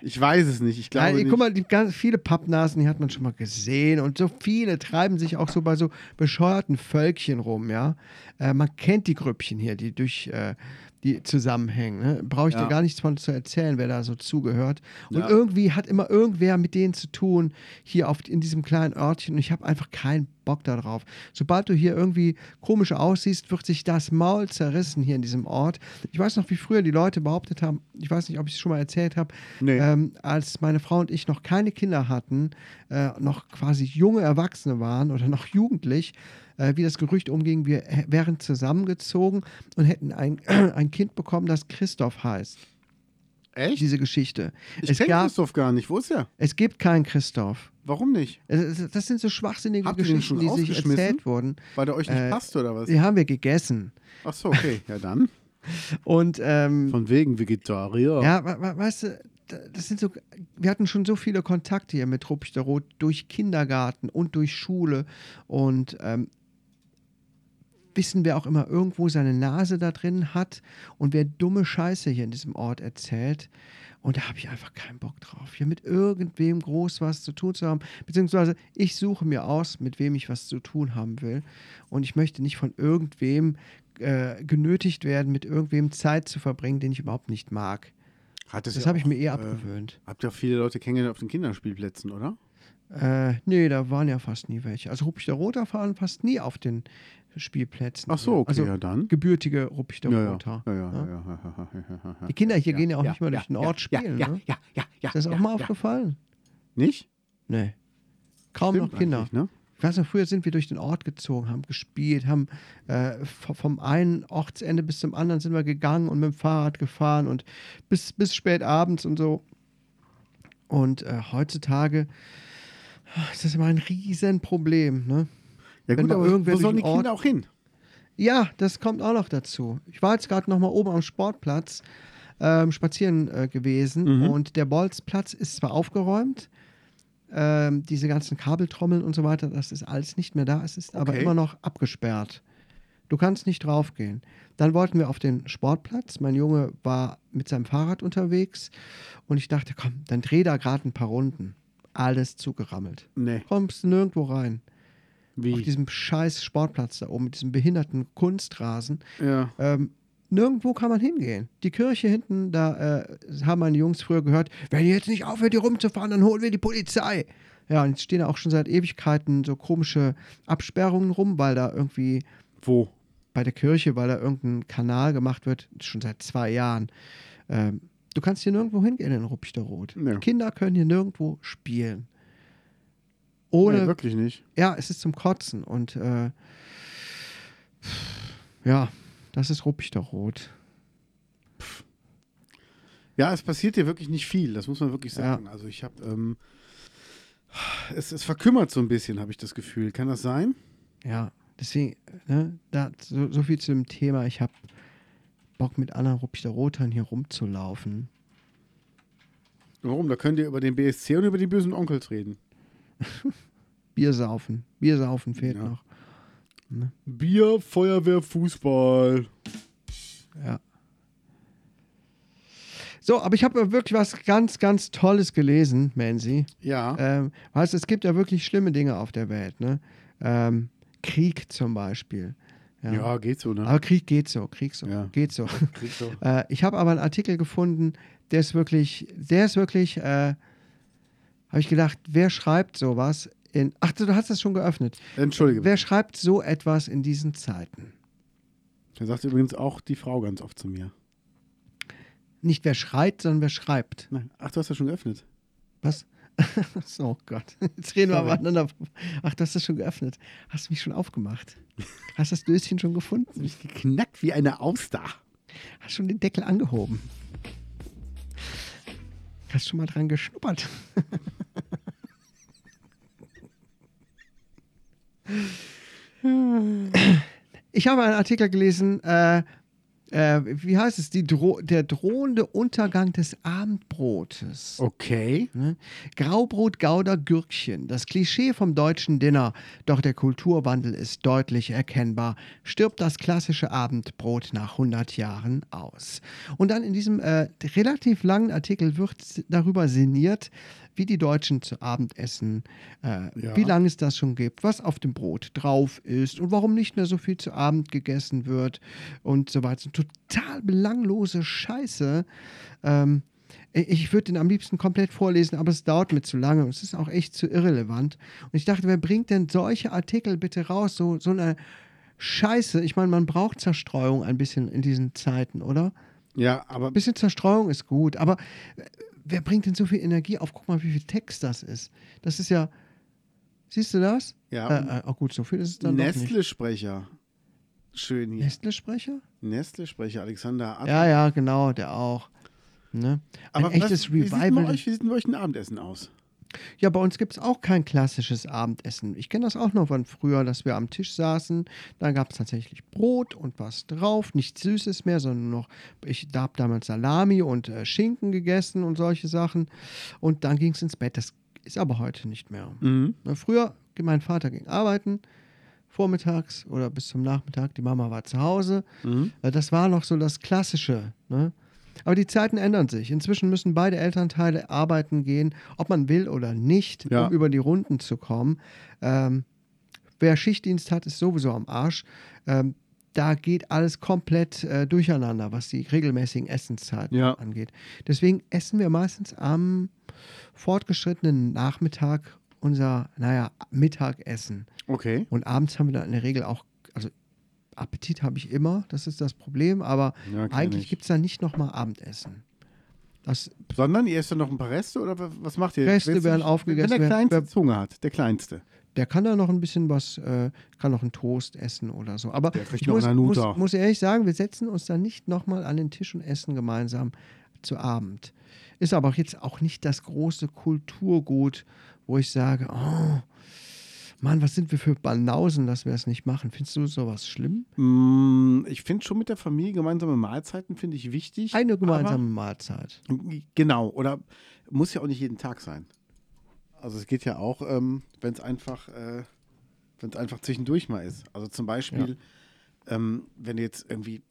Speaker 2: Ich weiß es nicht. Ich glaube
Speaker 1: Nein,
Speaker 2: nicht.
Speaker 1: guck mal, die ganz viele Pappnasen, die hat man schon mal gesehen und so viele treiben sich auch so bei so bescheuerten Völkchen rum, ja. Äh, man kennt die Grüppchen hier, die durch äh, die zusammenhängen. Ne? Brauche ich
Speaker 2: Ja.
Speaker 1: dir gar nichts von zu erzählen, wer da so zugehört. Und
Speaker 2: Ja.
Speaker 1: irgendwie hat immer irgendwer mit denen zu tun hier auf in diesem kleinen Örtchen und ich habe einfach keinen Bock darauf. Sobald du hier irgendwie komisch aussiehst, wird sich das Maul zerrissen hier in diesem Ort. Ich weiß noch, wie früher die Leute behauptet haben, ich weiß nicht, ob ich es schon mal erzählt habe,
Speaker 2: Nee.
Speaker 1: ähm, als meine Frau und ich noch keine Kinder hatten, äh, noch quasi junge Erwachsene waren oder noch jugendlich, äh, wie das Gerücht umging, wir hä- wären zusammengezogen und hätten ein, ein Kind bekommen, das Christoph heißt.
Speaker 2: Echt?
Speaker 1: Diese Geschichte.
Speaker 2: Ich
Speaker 1: Es,
Speaker 2: kenne
Speaker 1: gab,
Speaker 2: Christoph gar nicht. Wo ist er?
Speaker 1: es gibt keinen Christoph.
Speaker 2: Warum nicht?
Speaker 1: Es- es- Das sind so schwachsinnige
Speaker 2: Habt ihr den
Speaker 1: Geschichten,
Speaker 2: schon
Speaker 1: die sich
Speaker 2: rausgeschmissen?
Speaker 1: erzählt wurden.
Speaker 2: Weil der euch nicht
Speaker 1: Äh,
Speaker 2: passt oder was?
Speaker 1: Die haben wir gegessen.
Speaker 2: Ach so, okay. Ja dann.
Speaker 1: Und ähm,
Speaker 2: Von wegen Vegetarier.
Speaker 1: Ja, we- we- weißt du, da- das sind so, wir hatten schon so viele Kontakte hier mit Ruppichter Rot durch Kindergarten und durch Schule und ähm, wissen, wer auch immer irgendwo seine Nase da drin hat und wer dumme Scheiße hier in diesem Ort erzählt. Und da habe ich einfach keinen Bock drauf, hier mit irgendwem groß was zu tun zu haben. Beziehungsweise ich suche mir aus, mit wem ich was zu tun haben will. Und ich möchte nicht von irgendwem äh, genötigt werden, mit irgendwem Zeit zu verbringen, den ich überhaupt nicht mag.
Speaker 2: Hat
Speaker 1: Das habe ich mir eh
Speaker 2: äh,
Speaker 1: abgewöhnt.
Speaker 2: Habt ihr auch viele Leute kennengelernt auf den Kinderspielplätzen, oder?
Speaker 1: Äh, nee, da waren ja fast nie welche. Also Ruppichter Roter fahren fast nie auf den Spielplätzen.
Speaker 2: Ach so, okay,
Speaker 1: also,
Speaker 2: ja dann.
Speaker 1: Gebürtige Ruppichter
Speaker 2: Ja, ja.
Speaker 1: Roter.
Speaker 2: Ja, ja, ja, ja, ja, ja, ja, ja.
Speaker 1: ne? Die Kinder hier gehen ja auch
Speaker 2: ja,
Speaker 1: nicht mal
Speaker 2: ja,
Speaker 1: durch den
Speaker 2: ja,
Speaker 1: Ort
Speaker 2: ja,
Speaker 1: spielen.
Speaker 2: ja,
Speaker 1: ne?
Speaker 2: ja, ja, ja,
Speaker 1: Ist das auch
Speaker 2: ja,
Speaker 1: mal
Speaker 2: ja.
Speaker 1: aufgefallen?
Speaker 2: Nicht?
Speaker 1: Nee. Kaum
Speaker 2: Stimmt
Speaker 1: noch Kinder.
Speaker 2: eigentlich, ne?
Speaker 1: Ich weiß noch, früher sind wir durch den Ort gezogen, haben gespielt, haben äh, v- vom einen Ortsende bis zum anderen sind wir gegangen und mit dem Fahrrad gefahren und bis, bis spät abends und so. Und äh, heutzutage ah, ist das immer ein Riesenproblem, ne?
Speaker 2: Ja,
Speaker 1: Wenn
Speaker 2: gut,
Speaker 1: mal
Speaker 2: aber
Speaker 1: irgendwer
Speaker 2: wo
Speaker 1: durch
Speaker 2: sollen die
Speaker 1: den
Speaker 2: Kinder auch hin?
Speaker 1: Ja, das kommt auch noch dazu. Ich war jetzt gerade noch mal oben am Sportplatz ähm, spazieren äh, gewesen
Speaker 2: Mhm.
Speaker 1: und der Bolzplatz ist zwar aufgeräumt, ähm, diese ganzen Kabeltrommeln und so weiter, das ist alles nicht mehr da, es ist aber
Speaker 2: Okay.
Speaker 1: immer noch abgesperrt. Du kannst nicht draufgehen. Dann wollten wir auf den Sportplatz. Mein Junge war mit seinem Fahrrad unterwegs und ich dachte, komm, dann dreh da gerade ein paar Runden. Alles zugerammelt.
Speaker 2: Nee,
Speaker 1: Kommst nirgendwo rein auf
Speaker 2: wie?
Speaker 1: diesem scheiß Sportplatz da oben, mit diesem behinderten Kunstrasen.
Speaker 2: Ja.
Speaker 1: Ähm, nirgendwo kann man hingehen. Die Kirche hinten, da äh, haben meine Jungs früher gehört, wenn ihr jetzt nicht aufhört, hier rumzufahren, dann holen wir die Polizei. Ja, und jetzt stehen da auch schon seit Ewigkeiten so komische Absperrungen rum, weil da irgendwie
Speaker 2: Wo?
Speaker 1: bei der Kirche, weil da irgendein Kanal gemacht wird, schon seit zwei Jahren. Ähm, du kannst hier nirgendwo hingehen in Ruppichteroth.
Speaker 2: Ja.
Speaker 1: Kinder können hier nirgendwo spielen.
Speaker 2: Nee,
Speaker 1: Ohne
Speaker 2: wirklich nicht.
Speaker 1: ja, es ist zum Kotzen und äh, ja, das ist Ruppichterrot.
Speaker 2: Ja, es passiert dir wirklich nicht viel, das muss man wirklich
Speaker 1: Ja.
Speaker 2: sagen. Also ich habe, ähm, es, es verkümmert so ein bisschen, habe ich das Gefühl. Kann das sein?
Speaker 1: Ja, deswegen, ne, da, so, so viel zu dem Thema. Ich habe Bock mit anderen Ruppichterrotern hier rumzulaufen.
Speaker 2: Warum? Da könnt ihr über den BSC und über die bösen Onkels reden.
Speaker 1: Bier saufen. Bier saufen fehlt
Speaker 2: Ja.
Speaker 1: noch.
Speaker 2: Bier, Feuerwehr, Fußball.
Speaker 1: Ja. So, aber ich habe wirklich was ganz, ganz Tolles gelesen, Mansi.
Speaker 2: Ja.
Speaker 1: Ähm, weißt du, es gibt ja wirklich schlimme Dinge auf der Welt, ne? Ähm, Krieg zum Beispiel.
Speaker 2: ja. geht so, ne?
Speaker 1: Aber Krieg geht so, Krieg so,
Speaker 2: Ja.
Speaker 1: geht so.
Speaker 2: Geht so.
Speaker 1: Äh, ich habe aber einen Artikel gefunden, der ist wirklich, der ist wirklich, äh, habe ich gedacht, wer schreibt sowas in, ach du hast das schon geöffnet,
Speaker 2: Entschuldige.
Speaker 1: wer schreibt so etwas in diesen Zeiten?
Speaker 2: Da sagt übrigens auch die Frau ganz oft zu mir.
Speaker 1: Nicht wer schreit, sondern wer schreibt.
Speaker 2: Nein. Ach, du hast das schon geöffnet.
Speaker 1: Was? oh Gott, jetzt reden wir
Speaker 2: Sorry.
Speaker 1: aber aneinander. Ach, du hast das schon geöffnet. Hast mich schon aufgemacht. Hast das Döschen schon gefunden?
Speaker 2: Mich geknackt wie eine Auster.
Speaker 1: Hast schon den Deckel angehoben. Hast schon mal dran geschnuppert. Ich habe einen Artikel gelesen, äh, äh, wie heißt es, die Dro der drohende Untergang des Abendbrotes.
Speaker 2: Okay.
Speaker 1: Ne? Graubrot, Gouda, Gürkchen. Das Klischee vom deutschen Dinner. Doch der Kulturwandel ist deutlich erkennbar. Stirbt das klassische Abendbrot nach 100 Jahren aus. Und dann in diesem äh, relativ langen Artikel wird s- darüber sinniert, wie die Deutschen zu Abend essen, äh,
Speaker 2: Ja.
Speaker 1: wie lange es das schon gibt, was auf dem Brot drauf ist und warum nicht mehr so viel zu Abend gegessen wird und so weiter. Total belanglose Scheiße. Ähm, ich würde den am liebsten komplett vorlesen, aber es dauert mir zu lange und es ist auch echt zu irrelevant. Und ich dachte, wer bringt denn solche Artikel bitte raus? So, so eine Scheiße. Ich meine, man braucht Zerstreuung ein bisschen in diesen Zeiten, oder?
Speaker 2: Ja, aber
Speaker 1: Ein bisschen Zerstreuung ist gut, aber äh, wer bringt denn so viel Energie auf? Guck mal, wie viel Text das ist. Das ist ja. Siehst du das?
Speaker 2: Ja.
Speaker 1: Äh, äh, oh gut, so viel ist es dann doch nicht.
Speaker 2: Nestle-Sprecher. Schön hier.
Speaker 1: Nestle-Sprecher?
Speaker 2: Nestle-Sprecher, Alexander Ad
Speaker 1: Ja, ja, genau, der auch. Ne? Ein echtes
Speaker 2: wie sieht denn bei
Speaker 1: Revival.
Speaker 2: euch, wie sieht denn bei euch ein Abendessen aus?
Speaker 1: Ja, bei uns gibt es auch kein klassisches Abendessen. Ich kenne das auch noch von früher, dass wir am Tisch saßen. Dann gab es tatsächlich Brot und was drauf. Nichts Süßes mehr, sondern noch, ich da habe damals Salami und äh, Schinken gegessen und solche Sachen. Und dann ging es ins Bett. Das ist aber heute nicht mehr.
Speaker 2: Mhm.
Speaker 1: Na, früher, mein Vater ging arbeiten, vormittags oder bis zum Nachmittag. Die Mama war zu Hause.
Speaker 2: Mhm.
Speaker 1: Äh, Das war noch so das Klassische. Ne? Aber die Zeiten ändern sich. Inzwischen müssen beide Elternteile arbeiten gehen, ob man will oder nicht,
Speaker 2: Ja.
Speaker 1: um über die Runden zu kommen. Ähm, wer Schichtdienst hat, ist sowieso am Arsch. Ähm, da geht alles komplett äh, durcheinander, was die regelmäßigen Essenszeiten
Speaker 2: Ja.
Speaker 1: angeht. Deswegen essen wir meistens am fortgeschrittenen Nachmittag unser, naja, Mittagessen.
Speaker 2: Okay.
Speaker 1: Und abends haben wir dann in der Regel auch, also Appetit habe ich immer, das ist das Problem, aber
Speaker 2: Ja, kenn
Speaker 1: eigentlich
Speaker 2: ich.
Speaker 1: gibt es da nicht nochmal Abendessen. Das
Speaker 2: Sondern ihr esst dann noch ein paar Reste oder wa- was macht ihr?
Speaker 1: Reste
Speaker 2: Wenn's-
Speaker 1: werden aufgegessen,
Speaker 2: Wenn der
Speaker 1: wer-
Speaker 2: Kleinste
Speaker 1: wer-
Speaker 2: Zunge hat, der Kleinste.
Speaker 1: Der kann da noch ein bisschen was, äh, kann noch einen Toast essen oder so. Aber
Speaker 2: Der kriegt
Speaker 1: ich
Speaker 2: noch
Speaker 1: muss,
Speaker 2: einen Hanuta.
Speaker 1: muss, muss ehrlich sagen, wir setzen uns dann nicht nochmal an den Tisch und essen gemeinsam zu Abend. Ist aber auch jetzt auch nicht das große Kulturgut, wo ich sage, oh, Mann, was sind wir für Banausen, dass wir das nicht machen. Findest du sowas schlimm?
Speaker 2: Mm, Ich finde schon mit der Familie gemeinsame Mahlzeiten finde ich wichtig.
Speaker 1: Eine gemeinsame
Speaker 2: aber-
Speaker 1: Mahlzeit.
Speaker 2: Genau, oder muss ja auch nicht jeden Tag sein. Also es geht ja auch, ähm, wenn es einfach, äh, wenn es einfach zwischendurch mal ist. Also zum Beispiel, ähm, wenn du jetzt irgendwie,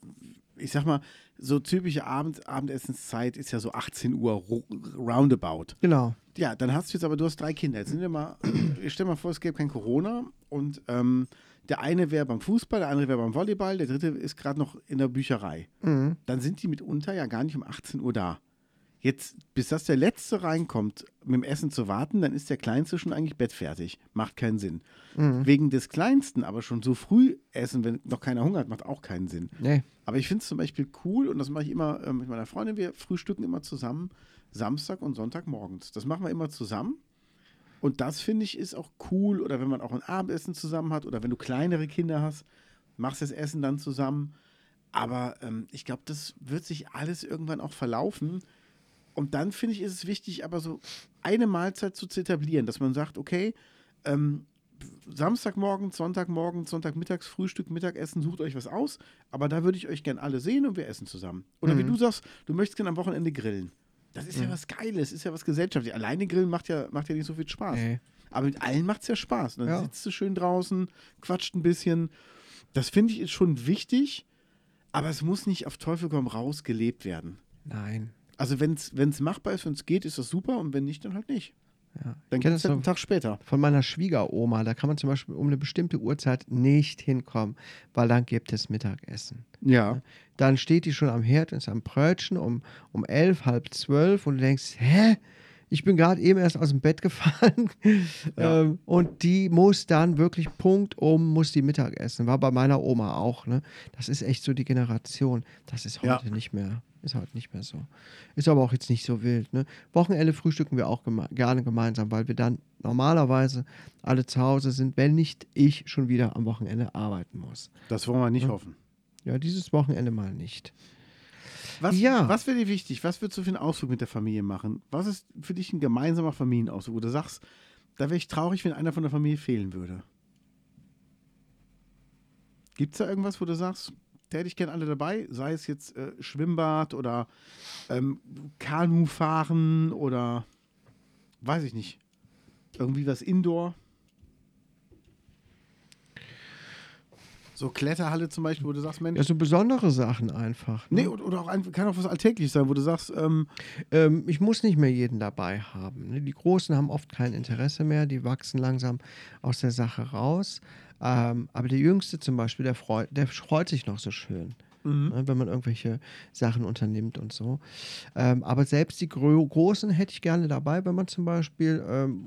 Speaker 2: ich sag mal, so typische Abend, Abendessenszeit ist ja so 18 Uhr ro- roundabout.
Speaker 1: Genau.
Speaker 2: Ja, dann hast du jetzt aber, du hast drei Kinder. Jetzt sind wir mal, ich stell mal vor, es gäbe kein Corona und ähm, der eine wäre beim Fußball, der andere wäre beim Volleyball, der dritte ist gerade noch in der Bücherei. Dann sind die mitunter ja gar nicht um 18 Uhr da. Jetzt, bis das der Letzte reinkommt, mit dem Essen zu warten, dann ist der Kleinste schon eigentlich bettfertig. Macht keinen Sinn. Wegen des Kleinsten aber schon so früh essen, wenn noch keiner Hunger hat, macht auch keinen Sinn.
Speaker 1: Nee.
Speaker 2: Aber ich finde es zum Beispiel cool, und das mache ich immer äh, mit meiner Freundin, wir frühstücken immer zusammen Samstag und Sonntag morgens. Das machen wir immer zusammen. Und das finde ich ist auch cool. Oder wenn man auch ein Abendessen zusammen hat oder wenn du kleinere Kinder hast, machst das Essen dann zusammen. Aber ähm, ich glaube, das wird sich alles irgendwann auch verlaufen. Und dann finde ich, ist es wichtig, aber so eine Mahlzeit zu etablieren, dass man sagt, okay, ähm, Samstagmorgen, Sonntagmorgen, Sonntagmittags, Frühstück, Mittagessen, sucht euch was aus. Aber da würde ich euch gern alle sehen und wir essen zusammen. Oder wie du sagst, du möchtest gern am Wochenende grillen. Das ist ja was Geiles, ist ja was Gesellschaftliches. Alleine grillen macht ja, macht ja nicht so viel Spaß.
Speaker 1: Nee.
Speaker 2: Aber mit allen macht es ja Spaß. Und dann
Speaker 1: Ja.
Speaker 2: sitzt du schön draußen, quatscht ein bisschen. Das finde ich ist schon wichtig, aber es muss nicht auf Teufel komm raus gelebt werden.
Speaker 1: Nein.
Speaker 2: Also wenn es machbar ist, wenn es geht, ist das super und wenn nicht, dann halt nicht.
Speaker 1: Ja.
Speaker 2: Dann
Speaker 1: Ich kenn
Speaker 2: geht es
Speaker 1: das
Speaker 2: halt
Speaker 1: so-
Speaker 2: einen Tag später.
Speaker 1: von meiner Schwiegeroma. Da kann man zum Beispiel um eine bestimmte Uhrzeit nicht hinkommen, weil dann gibt es Mittagessen.
Speaker 2: Ja.
Speaker 1: Dann steht die schon am Herd und ist am Brötchen um, um elf, halb zwölf und du denkst, hä? Ich bin gerade eben erst aus dem Bett gefallen.
Speaker 2: Ja.
Speaker 1: Ähm, und die muss dann wirklich Punkt um, muss die Mittag essen. War bei meiner Oma auch. Ne? Das ist echt so die Generation. Das ist
Speaker 2: Ja.
Speaker 1: heute nicht mehr. Ist heute nicht mehr so. Ist aber auch jetzt nicht so wild. Ne? Wochenende frühstücken wir auch geme gerne gemeinsam, weil wir dann normalerweise alle zu Hause sind, wenn nicht ich schon wieder am Wochenende arbeiten muss.
Speaker 2: Das wollen wir nicht hoffen.
Speaker 1: Ja, dieses Wochenende mal nicht.
Speaker 2: Was,
Speaker 1: Ja.
Speaker 2: was wäre dir wichtig? Was würdest du für einen Ausflug mit der Familie machen? Was ist für dich ein gemeinsamer Familienausflug? Wo du sagst, da wäre ich traurig, wenn einer von der Familie fehlen würde. Gibt es da irgendwas, wo du sagst, da hätte ich gern alle dabei? Sei es jetzt äh, Schwimmbad oder ähm, Kanu fahren oder weiß ich nicht. Irgendwie was Indoor. So Kletterhalle zum Beispiel, wo du sagst, Mensch,
Speaker 1: Ja, so besondere Sachen einfach. Ne?
Speaker 2: Nee, oder oder auch ein, kann auch was Alltägliches sein, wo du sagst, ähm,
Speaker 1: Ähm, ich muss nicht mehr jeden dabei haben. Ne? Die Großen haben oft kein Interesse mehr, die wachsen langsam aus der Sache raus. Ähm, aber der Jüngste zum Beispiel, der freut, der freut sich noch so schön. Ne, wenn man irgendwelche Sachen unternimmt und so. Ähm, aber selbst die Gro Großen hätte ich gerne dabei, wenn man zum Beispiel ähm,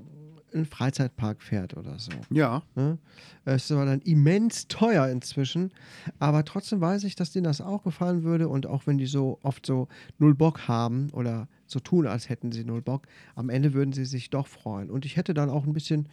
Speaker 1: in einen Freizeitpark fährt oder so.
Speaker 2: ja,
Speaker 1: Ne? Es war dann immens teuer inzwischen, aber trotzdem weiß ich, dass denen das auch gefallen würde und auch wenn die so oft so null Bock haben oder so tun, als hätten sie null Bock, am Ende würden sie sich doch freuen. Und ich hätte dann auch ein bisschen,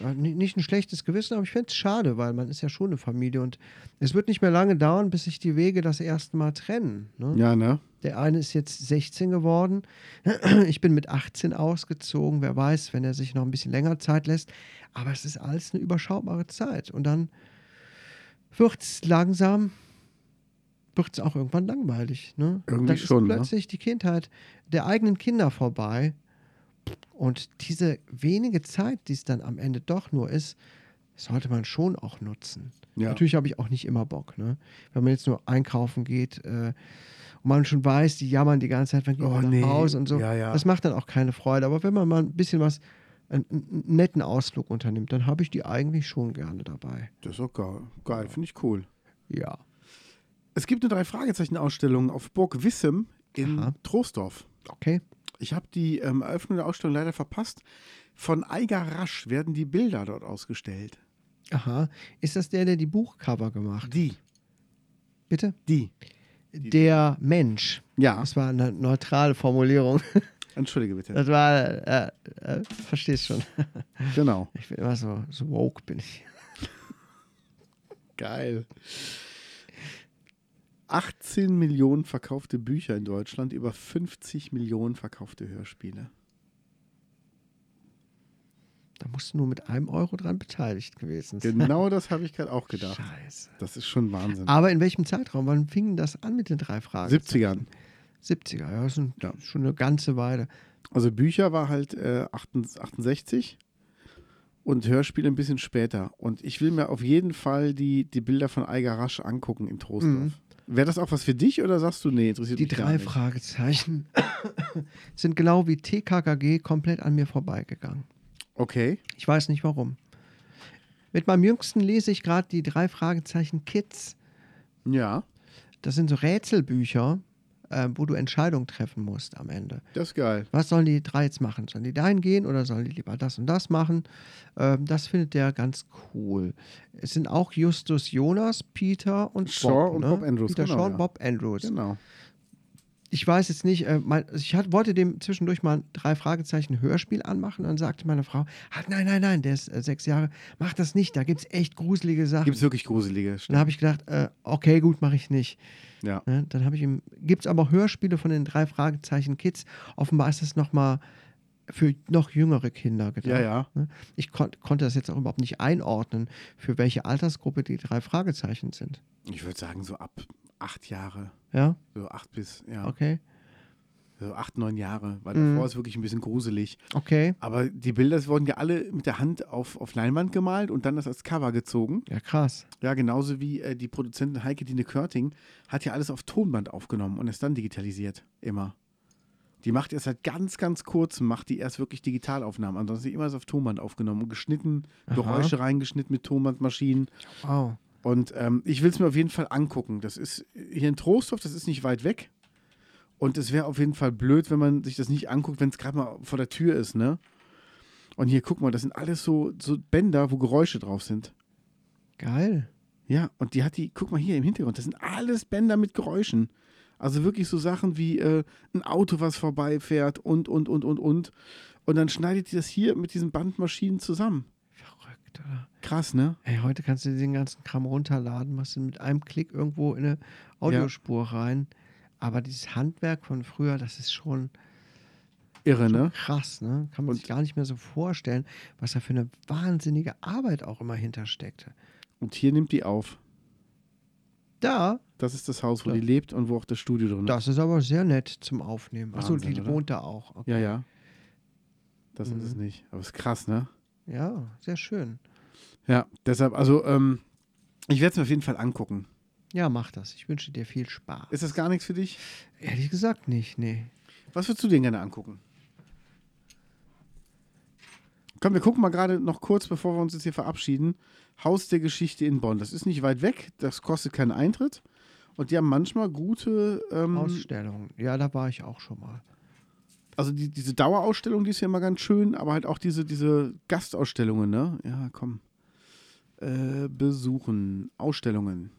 Speaker 1: ja, ni- nicht ein schlechtes Gewissen, aber ich fände es schade, weil man ist ja schon eine Familie und es wird nicht mehr lange dauern, bis sich die Wege das erste Mal trennen. Ne?
Speaker 2: ja, ne?
Speaker 1: Der eine ist jetzt 16 geworden. Ich bin mit 18 ausgezogen. Wer weiß, wenn er sich noch ein bisschen länger Zeit lässt. Aber es ist alles eine überschaubare Zeit. Und dann wird es langsam, wird es auch irgendwann langweilig. Ne?
Speaker 2: Irgendwie
Speaker 1: dann
Speaker 2: schon,
Speaker 1: ist
Speaker 2: ne?
Speaker 1: plötzlich die Kindheit der eigenen Kinder vorbei. Und diese wenige Zeit, die es dann am Ende doch nur ist, sollte man schon auch nutzen.
Speaker 2: Ja.
Speaker 1: Natürlich habe ich auch nicht immer Bock. Ne? Wenn man jetzt nur einkaufen geht äh, und man schon weiß, die jammern die ganze Zeit, wann gehen
Speaker 2: Oh,
Speaker 1: wir nach
Speaker 2: nee.
Speaker 1: Hause und so.
Speaker 2: Ja, ja.
Speaker 1: Das macht dann auch keine Freude. Aber wenn man mal ein bisschen was, einen, einen netten Ausflug unternimmt, dann habe ich die eigentlich schon gerne dabei.
Speaker 2: Das ist auch geil, geil finde ich cool.
Speaker 1: Ja.
Speaker 2: Es gibt eine Drei-Fragezeichen-Ausstellung auf Burg Wissem in
Speaker 1: Aha.
Speaker 2: Troisdorf.
Speaker 1: Okay.
Speaker 2: Ich habe die ähm, Eröffnung der Ausstellung leider verpasst. Von Eiger Rasch werden die Bilder dort ausgestellt.
Speaker 1: Aha. Ist das der, der die Buchcover gemacht hat?
Speaker 2: Die,
Speaker 1: Bitte?
Speaker 2: die.
Speaker 1: Der Mensch.
Speaker 2: Ja,
Speaker 1: Das war eine neutrale Formulierung.
Speaker 2: entschuldige bitte.
Speaker 1: Das war, äh, äh, verstehst schon.
Speaker 2: Genau.
Speaker 1: Ich bin immer so, so woke bin ich.
Speaker 2: Geil. 18 Millionen verkaufte Bücher in Deutschland, über 50 Millionen verkaufte Hörspiele.
Speaker 1: Da musst du nur mit einem Euro dran beteiligt gewesen sein.
Speaker 2: Genau das habe ich gerade auch gedacht. Ähm,
Speaker 1: Scheiße.
Speaker 2: Das ist schon Wahnsinn.
Speaker 1: Aber in welchem Zeitraum? Wann fing denn Ah, das an mit den drei Fragen?
Speaker 2: 70ern.
Speaker 1: 70er, ja, das sind schon eine ganze Weile.
Speaker 2: Also Bücher war halt äh, 68 und Hörspiele ein bisschen später. Und ich will mir auf jeden Fall die, die Bilder von Eiger Rasch angucken in Troisdorf. Wäre das auch was für dich oder sagst du, nee, interessiert
Speaker 1: Mhm. Die
Speaker 2: mich gar
Speaker 1: drei
Speaker 2: nicht.
Speaker 1: Fragezeichen sind genau wie TKKG komplett an mir vorbeigegangen.
Speaker 2: Okay.
Speaker 1: Ich weiß nicht warum. Mit meinem Jüngsten lese ich gerade die drei Fragezeichen Kids.
Speaker 2: Ja,
Speaker 1: Das sind so Rätselbücher, äh, wo du Entscheidungen treffen musst am Ende.
Speaker 2: das ist geil.
Speaker 1: Was sollen die drei jetzt machen? Sollen die dahin gehen oder sollen die lieber das und das machen? Ähm, das findet der ganz cool. Es sind auch Justus Jonas, Peter und
Speaker 2: Shaw
Speaker 1: Bob,
Speaker 2: und
Speaker 1: ne?
Speaker 2: Bob Andrews,
Speaker 1: Peter
Speaker 2: genau,
Speaker 1: Shaw
Speaker 2: ja.
Speaker 1: und Bob Andrews.
Speaker 2: Genau.
Speaker 1: Ich weiß jetzt nicht, äh, mein, also ich hat, wollte dem zwischendurch mal ein drei Fragezeichen Hörspiel anmachen und dann sagte meine Frau, ah, nein, nein, nein, der ist äh, sechs Jahre, mach das nicht, da gibt es echt gruselige Sachen.
Speaker 2: Gibt es wirklich gruselige
Speaker 1: dann
Speaker 2: Stellen?
Speaker 1: habe ich gedacht, äh, okay, gut, mache ich nicht.
Speaker 2: Ja.
Speaker 1: Ne? Dann habe ich ihm, gibt es aber auch Hörspiele von den drei Fragezeichen Kids. Offenbar ist das nochmal für noch jüngere Kinder gedacht.
Speaker 2: Ja, ja.
Speaker 1: Ne? Ich kon konnte das jetzt auch überhaupt nicht einordnen, für welche Altersgruppe die drei Fragezeichen sind.
Speaker 2: Ich würde sagen, so ab acht Jahre.
Speaker 1: Ja,
Speaker 2: So acht bis, ja.
Speaker 1: okay.
Speaker 2: So acht, neun Jahre. Weil
Speaker 1: Mhm.
Speaker 2: davor ist wirklich ein bisschen gruselig.
Speaker 1: Okay.
Speaker 2: Aber die Bilder es wurden ja alle mit der Hand auf, auf Leinwand gemalt und dann das als Cover gezogen.
Speaker 1: Ja, krass.
Speaker 2: Ja, genauso wie äh, die Produzentin Heike Dine Körting hat ja alles auf Tonband aufgenommen und es dann digitalisiert. Immer. Die macht erst seit ganz, ganz kurzem, macht die erst wirklich Digitalaufnahmen. Ansonsten immer ist auf Tonband aufgenommen und geschnitten, Geräusche reingeschnitten mit Tonbandmaschinen.
Speaker 1: Wow.
Speaker 2: Und ähm, ich will es mir auf jeden Fall angucken. Das ist äh, hier in Trostorf, das ist nicht weit weg. Und es wäre auf jeden Fall blöd, wenn man sich das nicht anguckt, wenn es gerade mal vor der Tür ist, ne? Und hier, guck mal, das sind alles so, so Bänder, wo Geräusche drauf sind.
Speaker 1: Geil.
Speaker 2: Ja, und die hat die, guck mal hier im Hintergrund, das sind alles Bänder mit Geräuschen. Also wirklich so Sachen wie äh, ein Auto, was vorbeifährt und, und, und, und, und. Und dann schneidet die das hier mit diesen Bandmaschinen zusammen.
Speaker 1: Verrückt, oder?
Speaker 2: Krass, ne?
Speaker 1: Ey, heute kannst du dir den ganzen Kram runterladen, machst ihn mit einem Klick irgendwo in eine Audiospur rein. Aber dieses Handwerk von früher, das ist schon,
Speaker 2: Irre, ne?
Speaker 1: Krass, ne? Kann man sich gar nicht mehr so vorstellen, was da für eine wahnsinnige Arbeit auch immer hintersteckte.
Speaker 2: Und hier nimmt die auf.
Speaker 1: Da,
Speaker 2: Das ist das Haus, wo die lebt und wo auch das Studio drin ist.
Speaker 1: das ist aber sehr nett zum Aufnehmen. Achso,
Speaker 2: Wahnsinn,
Speaker 1: die
Speaker 2: oder?
Speaker 1: wohnt da auch. Okay.
Speaker 2: Ja, ja. Das ist es nicht. Aber ist krass, ne?
Speaker 1: Ja, sehr schön.
Speaker 2: Ja, deshalb, also, ähm, ich werde es mir auf jeden Fall angucken.
Speaker 1: Ja, mach das. Ich wünsche dir viel Spaß.
Speaker 2: Ist das gar nichts für dich?
Speaker 1: Ehrlich gesagt nicht, nee.
Speaker 2: Was würdest du denn gerne angucken? Komm, wir gucken mal gerade noch kurz, bevor wir uns jetzt hier verabschieden. Haus der Geschichte in Bonn. Das ist nicht weit weg, das kostet keinen Eintritt. Und die haben manchmal gute, ähm,
Speaker 1: Ausstellung. Ja, da war ich auch schon mal.
Speaker 2: also die, diese Dauerausstellung, die ist ja immer ganz schön, aber halt auch diese, diese Gastausstellungen, ne? Ja, komm. Äh, besuchen, Ausstellungen.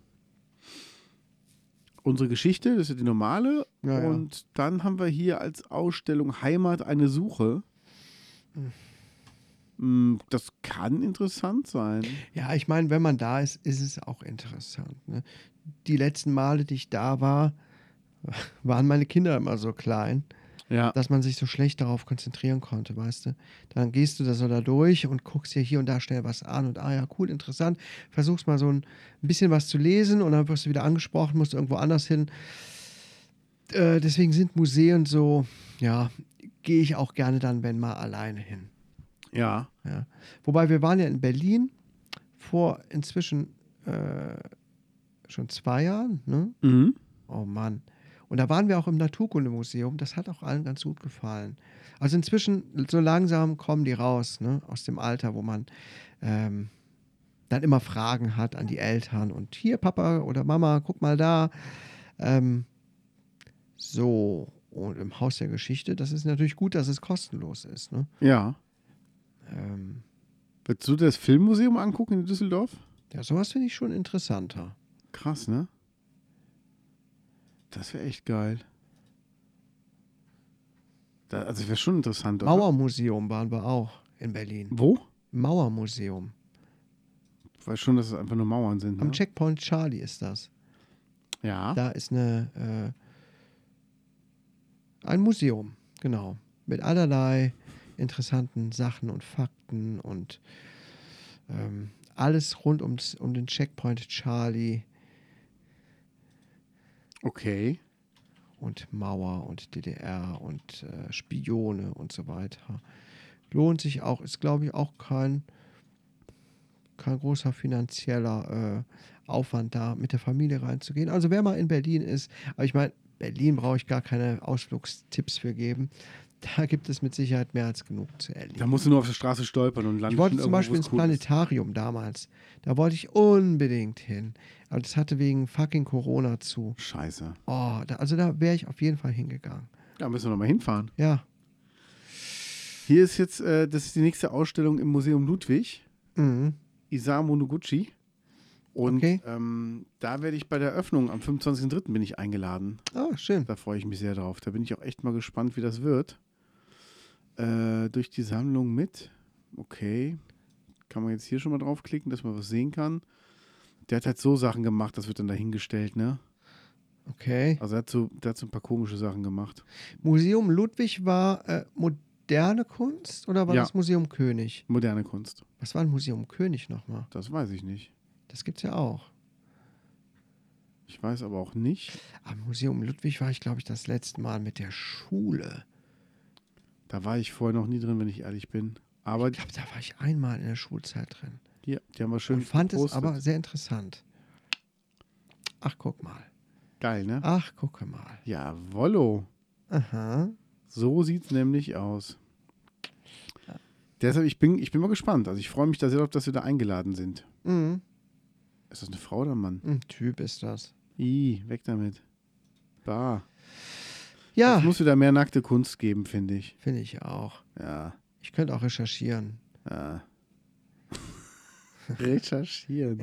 Speaker 2: Unsere Geschichte, das ist ja die normale.
Speaker 1: Ja, ja.
Speaker 2: und dann haben wir hier als Ausstellung Heimat eine Suche.
Speaker 1: Hm.
Speaker 2: Mm, Das kann interessant sein.
Speaker 1: Ja, ich meine, wenn man da ist, ist es auch interessant. Ne? Die letzten Male, die ich da war, waren meine Kinder immer so klein.
Speaker 2: Ja.
Speaker 1: dass man sich so schlecht darauf konzentrieren konnte, weißt du? Dann gehst du da so da durch und guckst dir hier und da schnell was an und ah ja, cool, interessant. Versuchst mal so ein bisschen was zu lesen und dann wirst du wieder angesprochen, musst irgendwo anders hin. Äh, deswegen sind Museen so, ja, gehe ich auch gerne dann, wenn mal alleine hin.
Speaker 2: Ja.
Speaker 1: Ja. Wobei wir waren ja in Berlin vor inzwischen äh, schon zwei Jahren, ne?
Speaker 2: Mhm.
Speaker 1: Oh Mann. Und da waren wir auch im Naturkundemuseum. Das hat auch allen ganz gut gefallen. Also inzwischen, so langsam kommen die raus, ne? aus dem Alter, wo man ähm, dann immer Fragen hat an die Eltern. Und hier, Papa oder Mama, guck mal da. Ähm, so. Und im Haus der Geschichte, das ist natürlich gut, dass es kostenlos ist. Ne?
Speaker 2: Ja.
Speaker 1: Ähm,
Speaker 2: Willst du das Filmmuseum angucken in Düsseldorf?
Speaker 1: ja, sowas finde ich schon interessanter.
Speaker 2: Krass, ne? Das wäre echt geil. Da, also wäre schon interessant. oder?
Speaker 1: Mauermuseum waren wir auch in Berlin.
Speaker 2: Wo?
Speaker 1: Mauermuseum.
Speaker 2: Ich weiß schon, dass es einfach nur Mauern sind.
Speaker 1: Am
Speaker 2: Ne?
Speaker 1: Checkpoint Charlie ist das.
Speaker 2: Ja.
Speaker 1: Da ist eine, äh, ein Museum, genau. Mit allerlei interessanten Sachen und Fakten und ähm, alles rund ums, um den Checkpoint Charlie
Speaker 2: Okay.
Speaker 1: und Mauer und DDR und äh, Spione und so weiter. Lohnt sich auch, ist glaube ich auch kein, kein großer finanzieller äh, Aufwand da, mit der Familie reinzugehen. Also wer mal in Berlin ist, aber ich meine, Berlin brauche ich gar keine Ausflugstipps für geben. Da gibt es mit Sicherheit mehr als genug zu
Speaker 2: Da
Speaker 1: erleben.
Speaker 2: musst du nur auf der Straße stolpern und landen.
Speaker 1: Ich wollte
Speaker 2: schon
Speaker 1: zum
Speaker 2: irgendwo,
Speaker 1: Beispiel
Speaker 2: wo's
Speaker 1: ins
Speaker 2: cool ist.
Speaker 1: Planetarium damals. Da wollte ich unbedingt hin. Aber das hatte wegen fucking Corona zu.
Speaker 2: Scheiße.
Speaker 1: Oh, da, also da wäre ich auf jeden Fall hingegangen.
Speaker 2: Da müssen wir nochmal hinfahren.
Speaker 1: Ja.
Speaker 2: Hier ist jetzt, äh, das ist die nächste Ausstellung im Museum Ludwig,
Speaker 1: Mhm.
Speaker 2: Isamu Noguchi. Und
Speaker 1: Okay.
Speaker 2: ähm, da werde ich bei der Eröffnung am 25.03. bin ich eingeladen.
Speaker 1: Ah, schön.
Speaker 2: Da freue ich mich sehr drauf. Da bin ich auch echt mal gespannt, wie das wird. Äh, durch die Sammlung mit. Okay. Kann man jetzt hier schon mal draufklicken, dass man was sehen kann. Der hat halt so Sachen gemacht, das wird dann dahingestellt, ne?
Speaker 1: Okay.
Speaker 2: Also er hat so, der hat so ein paar komische Sachen gemacht.
Speaker 1: Museum Ludwig war äh, moderne Kunst oder war
Speaker 2: Ja.
Speaker 1: das Museum König?
Speaker 2: Moderne Kunst.
Speaker 1: Was war ein Museum König nochmal?
Speaker 2: Das weiß ich nicht.
Speaker 1: Das gibt's ja auch.
Speaker 2: Ich weiß aber auch nicht.
Speaker 1: Am Ah, Museum Ludwig war ich, glaube ich, das letzte Mal mit der Schule.
Speaker 2: Da war ich vorher noch nie drin, wenn ich ehrlich bin. Aber
Speaker 1: Ich glaube, da war ich einmal in der Schulzeit drin.
Speaker 2: die, die haben wir schön
Speaker 1: Und fand es
Speaker 2: gepostet.
Speaker 1: aber sehr interessant. Ach, guck mal.
Speaker 2: Geil, ne?
Speaker 1: Ach, gucke mal.
Speaker 2: Ja, Wollo.
Speaker 1: Aha.
Speaker 2: So sieht es nämlich aus. Deshalb, ich bin, ich bin mal gespannt. Also ich freue mich da sehr drauf, dass wir da eingeladen sind.
Speaker 1: Mhm.
Speaker 2: Ist das eine Frau oder ein Mann?
Speaker 1: Ein Typ ist das.
Speaker 2: I, weg damit. Bah.
Speaker 1: Ja,
Speaker 2: Es muss wieder mehr nackte Kunst geben, finde ich.
Speaker 1: finde ich auch.
Speaker 2: Ja.
Speaker 1: Ich könnte auch recherchieren.
Speaker 2: ja. Recherchieren.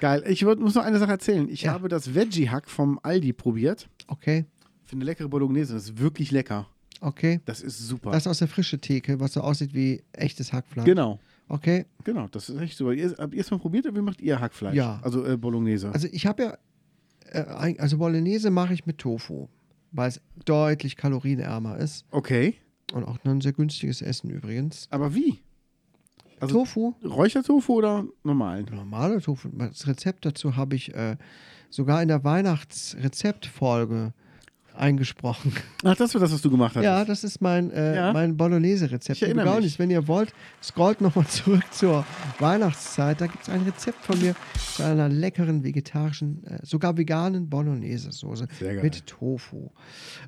Speaker 2: Geil. Ich würd, muss noch eine Sache erzählen. Ich
Speaker 1: Ja.
Speaker 2: habe das Veggie-Hack vom Aldi probiert.
Speaker 1: Okay,
Speaker 2: Für eine leckere Bolognese. Das ist wirklich lecker.
Speaker 1: okay.
Speaker 2: Das ist super.
Speaker 1: Das aus der frische Theke, was so aussieht wie echtes Hackfleisch.
Speaker 2: genau.
Speaker 1: Okay.
Speaker 2: Genau, das ist echt super. Ihr, habt ihr es mal probiert oder wie macht ihr Hackfleisch?
Speaker 1: Ja.
Speaker 2: Also äh, Bolognese.
Speaker 1: Also ich habe ja, äh, ein- also Bolognese mache ich mit Tofu, weil es deutlich kalorienärmer ist
Speaker 2: okay.
Speaker 1: und auch nur ein sehr günstiges Essen übrigens.
Speaker 2: Aber wie? Also-
Speaker 1: Tofu,
Speaker 2: Räuchertofu oder normalen?
Speaker 1: normale Tofu, das Rezept dazu habe ich äh, sogar in der Weihnachtsrezeptfolge eingesprochen.
Speaker 2: Ach, das war das, was du gemacht hast.
Speaker 1: Ja, das ist mein, äh,
Speaker 2: Ja.
Speaker 1: mein Bolognese-Rezept.
Speaker 2: Ich erinnere
Speaker 1: Liebe Gaunis,
Speaker 2: mich.
Speaker 1: Wenn ihr wollt, scrollt nochmal zurück zur Weihnachtszeit. Da gibt es ein Rezept von mir zu einer leckeren vegetarischen, äh, sogar veganen Bolognese-Soße
Speaker 2: Sehr geil.
Speaker 1: mit Tofu.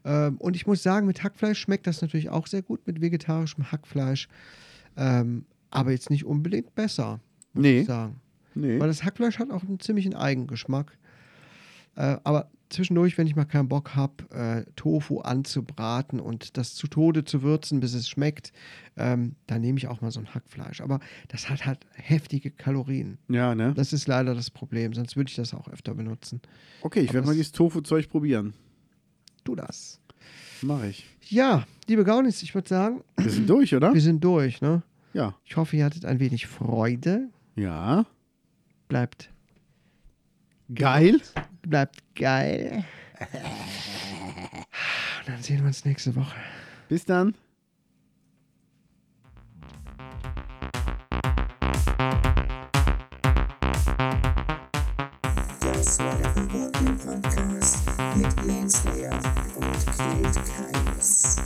Speaker 1: Ähm, und ich muss sagen, mit Hackfleisch schmeckt das natürlich auch sehr gut, mit vegetarischem Hackfleisch. Ähm, aber jetzt nicht unbedingt besser, würde
Speaker 2: Nee.
Speaker 1: ich sagen.
Speaker 2: nee.
Speaker 1: Weil das Hackfleisch hat auch einen ziemlichen Eigengeschmack. Äh, aber zwischendurch, wenn ich mal keinen Bock habe, äh, Tofu anzubraten und das zu Tode zu würzen, bis es schmeckt, ähm, dann nehme ich auch mal so ein Hackfleisch. Aber das hat halt heftige Kalorien.
Speaker 2: Ja, ne?
Speaker 1: Das ist leider das Problem, sonst würde ich das auch öfter benutzen.
Speaker 2: Okay, ich
Speaker 1: Aber
Speaker 2: werde mal
Speaker 1: es-
Speaker 2: dieses Tofu-Zeug probieren.
Speaker 1: Du das.
Speaker 2: Mache ich.
Speaker 1: Ja, liebe Gaunis, ich würde sagen,
Speaker 2: Wir sind durch, oder?
Speaker 1: wir sind durch. Ne?
Speaker 2: Ja.
Speaker 1: Ich hoffe, ihr hattet ein wenig Freude.
Speaker 2: Ja.
Speaker 1: Bleibt,
Speaker 2: Geil.
Speaker 1: bleibt geil. Und dann sehen wir uns nächste Woche.
Speaker 2: Bis dann.
Speaker 3: Das war der Reporting Podcast mit Lance Lehr und Knut Keines.